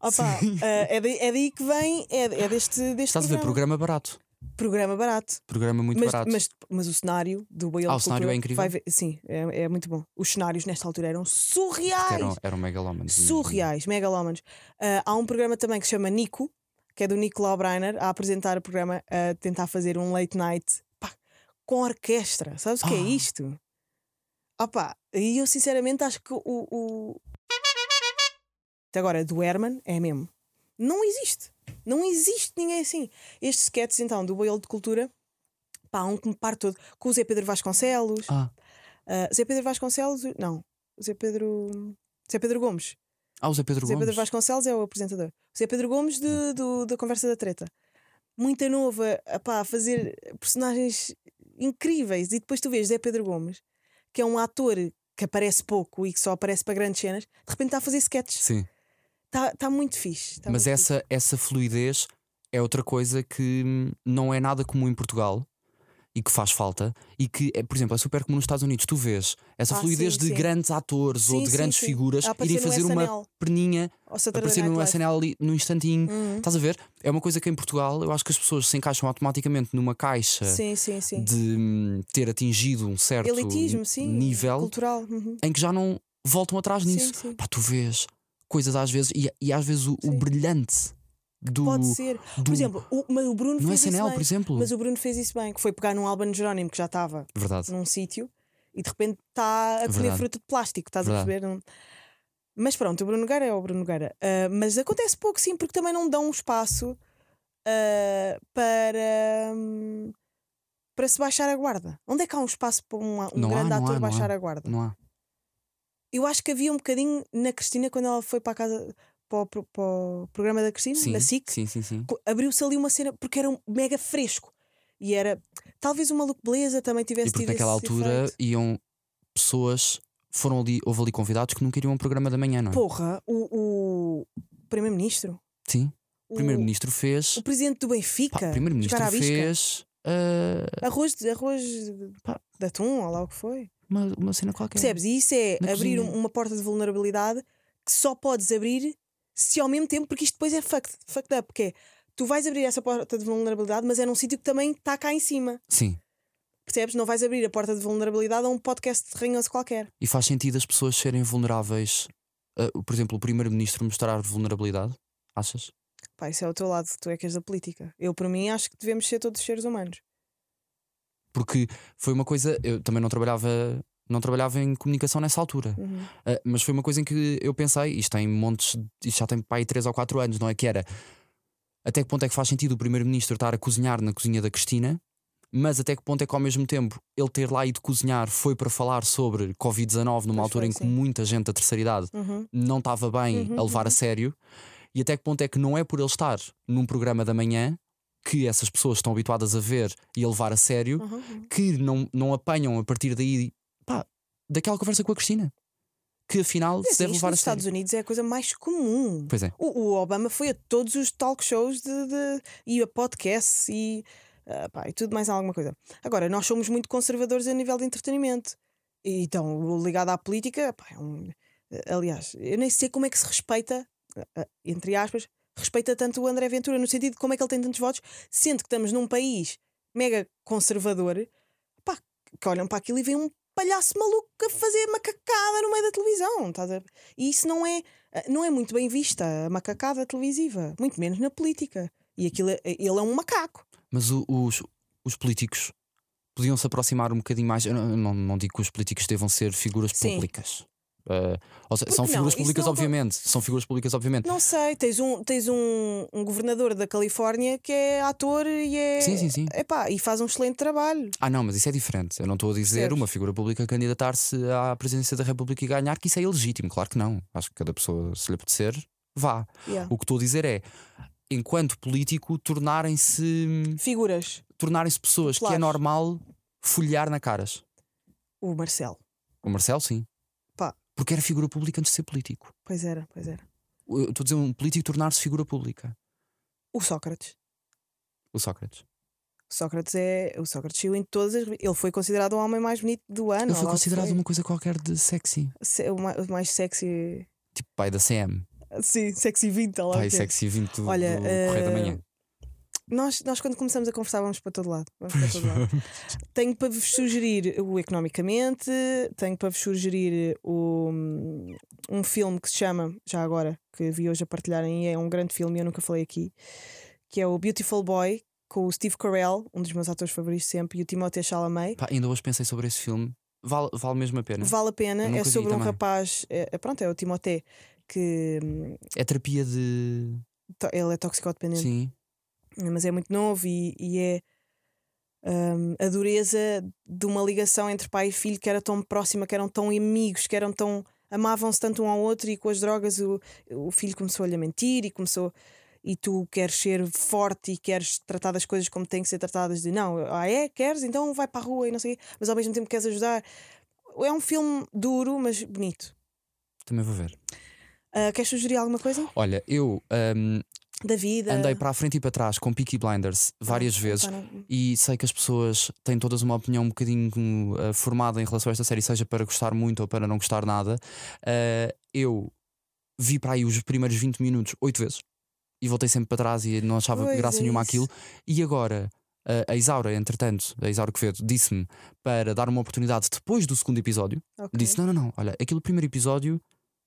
Speaker 3: Opa,
Speaker 4: Sim.
Speaker 3: eh, é, daí, é daí que vem, é, é deste, deste
Speaker 4: Estás a ver?
Speaker 3: programa.
Speaker 4: Programa barato.
Speaker 3: Programa barato.
Speaker 4: Programa muito
Speaker 3: mas,
Speaker 4: barato.
Speaker 3: Mas, mas o cenário do Baião
Speaker 4: Ah,
Speaker 3: de
Speaker 4: o cenário
Speaker 3: Cultura
Speaker 4: é incrível?
Speaker 3: vai ver- sim, é, é muito bom. Os cenários nesta altura eram surreais.
Speaker 4: Que um eram, eram megalómanos.
Speaker 3: Surreais, megalómanos. Ah, há um programa também que se chama Nico, que é do Nicolau Breiner, a apresentar o programa, a tentar fazer um late night pá, com orquestra. Sabes o que é
Speaker 4: Ah.
Speaker 3: isto? Opa, e eu sinceramente acho que o. o... Agora, do Herman é mesmo. Não existe. Não existe ninguém assim. Estes sketches, então, do Boiolo de Cultura, pá, há um que me par todo. Com o Zé Pedro Vasconcelos.
Speaker 4: Ah.
Speaker 3: Ah, Zé Pedro Vasconcelos, não. Zé Pedro. Zé Pedro Gomes.
Speaker 4: Ah, o Zé Pedro
Speaker 3: Zé
Speaker 4: Gomes.
Speaker 3: Pedro Vasconcelos é o apresentador. Zé Pedro Gomes de- do, da Conversa da Treta. Muita nova epá, a fazer personagens incríveis. E depois tu vês Zé Pedro Gomes, que é um ator que aparece pouco e que só aparece para grandes cenas, de repente está a fazer sketches.
Speaker 4: Sim.
Speaker 3: Está está muito fixe. está
Speaker 4: Mas
Speaker 3: Tá muito
Speaker 4: essa, essa fluidez é outra coisa que hum, não é nada comum em Portugal e que faz falta e que, é, por exemplo, é super comum nos Estados Unidos. Tu vês essa
Speaker 3: Ah,
Speaker 4: fluidez
Speaker 3: sim,
Speaker 4: de
Speaker 3: sim.
Speaker 4: grandes atores
Speaker 3: fixe.
Speaker 4: ou
Speaker 3: Sim,
Speaker 4: de
Speaker 3: sim,
Speaker 4: grandes
Speaker 3: sim.
Speaker 4: figuras
Speaker 3: A aparecer
Speaker 4: irem
Speaker 3: no
Speaker 4: fazer uma
Speaker 3: SNL,
Speaker 4: perninha,
Speaker 3: ou Saturday
Speaker 4: aparecer no
Speaker 3: Night Live.
Speaker 4: SNL ali num instantinho.
Speaker 3: Uhum.
Speaker 4: Estás a ver? É uma coisa que em Portugal eu acho que as pessoas se encaixam automaticamente numa caixa
Speaker 3: Sim, sim, sim.
Speaker 4: de hum, ter atingido um certo
Speaker 3: Elitismo, sim.
Speaker 4: nível
Speaker 3: Cultural. uhum.
Speaker 4: em que já não voltam atrás
Speaker 3: Sim,
Speaker 4: nisso.
Speaker 3: sim.
Speaker 4: Pá, tu vês coisas às vezes e, e às vezes o, o
Speaker 3: Sim.
Speaker 4: brilhante do,
Speaker 3: Pode ser.
Speaker 4: do
Speaker 3: Por exemplo, o, mas o Bruno
Speaker 4: no
Speaker 3: fez isso
Speaker 4: SNL,
Speaker 3: bem.
Speaker 4: por exemplo.
Speaker 3: Mas o Bruno fez isso bem, que foi pegar num Albano Jerónimo que já estava
Speaker 4: Verdade.
Speaker 3: num sítio e de repente está a comer
Speaker 4: Verdade.
Speaker 3: fruta de plástico, estás
Speaker 4: Verdade.
Speaker 3: a perceber? Não- Mas pronto, o Bruno Nogueira é o Bruno Nogueira. Ah, mas acontece pouco, sim, porque também não dão um espaço ah, para, hum, para se baixar a guarda. Onde é que há um espaço para um, um
Speaker 4: Não há,
Speaker 3: grande
Speaker 4: não há,
Speaker 3: ator
Speaker 4: não
Speaker 3: baixar
Speaker 4: há.
Speaker 3: a guarda?
Speaker 4: Não há.
Speaker 3: Eu acho que havia um bocadinho na Cristina quando ela foi para a casa para o, pro- para o programa da Cristina,
Speaker 4: Sim,
Speaker 3: na SIC
Speaker 4: sim, sim, sim.
Speaker 3: co- abriu-se ali uma cena porque era um mega fresco e era talvez uma look beleza também tivesse
Speaker 4: E porque
Speaker 3: tido
Speaker 4: naquela
Speaker 3: esse
Speaker 4: altura
Speaker 3: efeito.
Speaker 4: iam pessoas, foram ali, houve ali convidados que nunca iriam a um programa da manhã, não é?
Speaker 3: porra o, o primeiro-ministro
Speaker 4: Sim.
Speaker 3: o
Speaker 4: O primeiro-ministro fez.
Speaker 3: o presidente do Benfica
Speaker 4: pá, o primeiro-ministro
Speaker 3: jogar à bisca.
Speaker 4: fez ah,
Speaker 3: arroz de arroz de,
Speaker 4: Pá.
Speaker 3: de atum ou lá o que foi
Speaker 4: uma, uma cena qualquer.
Speaker 3: percebes e isso é
Speaker 4: Na
Speaker 3: abrir
Speaker 4: cozinha.
Speaker 3: um- uma porta de vulnerabilidade que só podes abrir se ao mesmo tempo porque isto depois é fucked, fucked up que é tu vais abrir essa porta de vulnerabilidade mas é num sítio que também está cá em cima
Speaker 4: Sim.
Speaker 3: percebes não vais abrir a porta de vulnerabilidade a um podcast de ranhoso qualquer
Speaker 4: E faz sentido as pessoas serem vulneráveis. ah, por exemplo, o primeiro-ministro mostrar vulnerabilidade. Achas?
Speaker 3: Pá, isso é o teu lado, tu é que és da política. Eu, por mim, acho que devemos ser todos seres humanos.
Speaker 4: Porque foi uma coisa, eu também não trabalhava, não trabalhava em comunicação nessa altura,
Speaker 3: Uhum.
Speaker 4: Ah, mas foi uma coisa em que eu pensei, isto tem montes, isto já tem pai 3 ou 4 anos, não é que era? Até que ponto é que faz sentido o primeiro-ministro estar a cozinhar na cozinha da Cristina? Mas até que ponto é que ao mesmo tempo ele ter lá ido cozinhar foi para falar sobre Covid-19 numa
Speaker 3: Pois
Speaker 4: altura
Speaker 3: foi,
Speaker 4: em que
Speaker 3: sim.
Speaker 4: muita gente da terceira idade
Speaker 3: Uhum.
Speaker 4: não estava bem
Speaker 3: Uhum,
Speaker 4: a levar a sério e até que ponto é que não é por ele estar num programa da manhã que essas pessoas estão habituadas a ver e a levar a sério
Speaker 3: Uhum, uhum.
Speaker 4: que não, não apanham a partir daí pá, daquela conversa com a Cristina que afinal
Speaker 3: É
Speaker 4: se
Speaker 3: assim,
Speaker 4: deve
Speaker 3: isto
Speaker 4: levar a
Speaker 3: nos
Speaker 4: sério.
Speaker 3: Estados Unidos é a coisa mais comum.
Speaker 4: Pois é,
Speaker 3: O, o Obama foi a todos os talk shows de, de- e a podcasts e, ah, pá, e tudo mais alguma coisa. Agora, nós somos muito conservadores a nível de entretenimento. E, então, o ligado à política, pá, é um- aliás, eu nem sei como é que se respeita, ah, ah, entre aspas, respeita tanto o André Ventura, no sentido de como é que ele tem tantos votos, sendo que estamos num país mega conservador, pá, que olham para aquilo e veem um palhaço maluco a fazer macacada no meio da televisão. estás a- E isso não é não é muito bem vista a macacada televisiva, muito menos na política. E aquilo é- ele é um macaco.
Speaker 4: mas o- os, os políticos podiam se aproximar um bocadinho mais. Eu não, não, não digo que os políticos devam ser figuras
Speaker 3: Sim.
Speaker 4: públicas. Ah, ou seja,
Speaker 3: Porque
Speaker 4: são
Speaker 3: não?
Speaker 4: figuras
Speaker 3: Isso
Speaker 4: públicas,
Speaker 3: não-
Speaker 4: obviamente. São figuras públicas, obviamente.
Speaker 3: Não sei, tens um, tens um, um governador da Califórnia que é ator e é.
Speaker 4: Sim, sim, sim.
Speaker 3: Epá, e faz um excelente trabalho.
Speaker 4: Ah, não, mas isso é diferente. Eu não estou a dizer
Speaker 3: Percebes?
Speaker 4: uma figura pública candidatar-se à presidência da República e ganhar, que isso é ilegítimo. Claro que não. Acho que cada pessoa, se lhe apetecer, vá.
Speaker 3: Yeah.
Speaker 4: O que estou a dizer é, enquanto político, tornarem-se
Speaker 3: Figuras.
Speaker 4: tornarem se pessoas que é
Speaker 3: Populares.
Speaker 4: normal folhear na caras.
Speaker 3: O Marcelo.
Speaker 4: O Marcelo, sim.
Speaker 3: Pá.
Speaker 4: Porque era figura pública antes de ser político.
Speaker 3: Pois era, pois era.
Speaker 4: Eu Estou a dizer um político tornar-se figura pública.
Speaker 3: O Sócrates.
Speaker 4: O Sócrates.
Speaker 3: O Sócrates é. O Sócrates saiu em todas as. Ele foi considerado o homem mais bonito do ano.
Speaker 4: Ele
Speaker 3: lá
Speaker 4: foi
Speaker 3: o que
Speaker 4: considerado
Speaker 3: Ah, foi.
Speaker 4: uma coisa qualquer de sexy.
Speaker 3: Se- o ma- o mais sexy.
Speaker 4: Tipo pai da CM.
Speaker 3: Sim, sexy 20, lá. o
Speaker 4: Pai
Speaker 3: quê.
Speaker 4: é sexy 20 do,
Speaker 3: Olha,
Speaker 4: do Correio da
Speaker 3: eh,
Speaker 4: Manhã.
Speaker 3: Nós, nós, quando começamos a conversar, vamos para todo lado. Vamos para todo lado. tenho para vos sugerir o Economicamente, tenho para vos sugerir o, um filme que se chama, já agora, que vi hoje a partilharem, e é um grande filme, eu nunca falei aqui, que é o Beautiful Boy, com o Steve Carell, um dos meus atores favoritos sempre, e o Timothée Chalamet.
Speaker 4: Pá, ainda hoje pensei sobre esse filme. Vale, vale mesmo a pena.
Speaker 3: Vale a pena,
Speaker 4: Eu nunca
Speaker 3: é
Speaker 4: vi
Speaker 3: sobre um
Speaker 4: também.
Speaker 3: rapaz, é, é- pronto, é o Timothée, que hum,
Speaker 4: É terapia de.
Speaker 3: to- ele é toxicodependente.
Speaker 4: Sim.
Speaker 3: mas é muito novo e, e é hum, a dureza de uma ligação entre pai e filho que era tão próxima, que eram tão amigos, que eram tão. amavam-se tanto um ao outro e com as drogas o, o filho começou-lhe a mentir e começou. E tu queres ser forte e queres tratar das coisas como têm que ser tratadas, de não, ah é? Queres? Então vai para a rua e não sei o quê, mas ao mesmo tempo queres ajudar. É um filme duro, mas bonito.
Speaker 4: Também vou ver.
Speaker 3: Ah, queres sugerir alguma coisa?
Speaker 4: Olha, eu ahm,
Speaker 3: Da vida?
Speaker 4: andei para a frente e para trás com Peaky Blinders várias vezes.
Speaker 3: Tá, não-
Speaker 4: E sei que as pessoas têm todas uma opinião um bocadinho eh, formada em relação a esta série, seja para gostar muito ou para não gostar nada. Eh, eu vi para aí os primeiros 20 minutos oito vezes e voltei sempre para trás e não achava
Speaker 3: Pois,
Speaker 4: graça
Speaker 3: é
Speaker 4: nenhuma
Speaker 3: isso.
Speaker 4: aquilo. E agora. eh, A Isaura, entretanto, a Isaura Quevedo disse-me para dar uma oportunidade depois do segundo episódio.
Speaker 3: ok.
Speaker 4: Disse: Não, não, não, olha, aquele primeiro episódio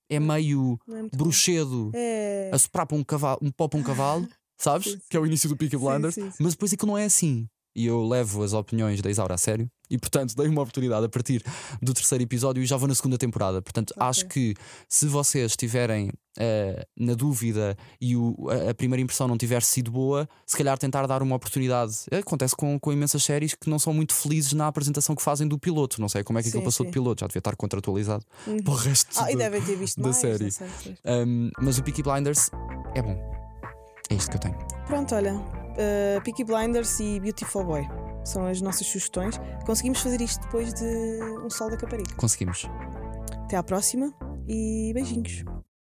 Speaker 4: é meio
Speaker 3: Não é muito bom.
Speaker 4: bruxedo,
Speaker 3: É.
Speaker 4: a soprar para um, cavalo, um pó para um cavalo, sabes?
Speaker 3: [LAUGHS] Sim,
Speaker 4: Que é o início do Peaky
Speaker 3: Sim,
Speaker 4: Blinders.
Speaker 3: sim, sim.
Speaker 4: Mas depois aquilo não é assim. E eu levo as opiniões da Isaura a sério. E portanto dei uma oportunidade a partir do terceiro episódio e já vou na segunda temporada. Portanto,
Speaker 3: Ok.
Speaker 4: acho que se vocês estiverem eh, na dúvida e o- a, a primeira impressão não tiver sido boa, se calhar tentar dar uma oportunidade. É, Acontece com, com imensas séries que não são muito felizes na apresentação que fazem do piloto. Não sei como é que aquilo
Speaker 3: Sim,
Speaker 4: passou de
Speaker 3: sim.
Speaker 4: piloto, já devia estar contratualizado
Speaker 3: Uhum.
Speaker 4: para o resto.
Speaker 3: Ah, e
Speaker 4: do-
Speaker 3: devem ter visto
Speaker 4: da
Speaker 3: mais. não
Speaker 4: série.
Speaker 3: sei, pois.
Speaker 4: Ahm, mas o Peaky Blinders é bom. É isto que eu tenho.
Speaker 3: Pronto, olha. Uh, Peaky Blinders e Beautiful Boy são as nossas sugestões. Conseguimos fazer isto depois de um sol da Caparica.
Speaker 4: Conseguimos.
Speaker 3: Até à próxima e beijinhos.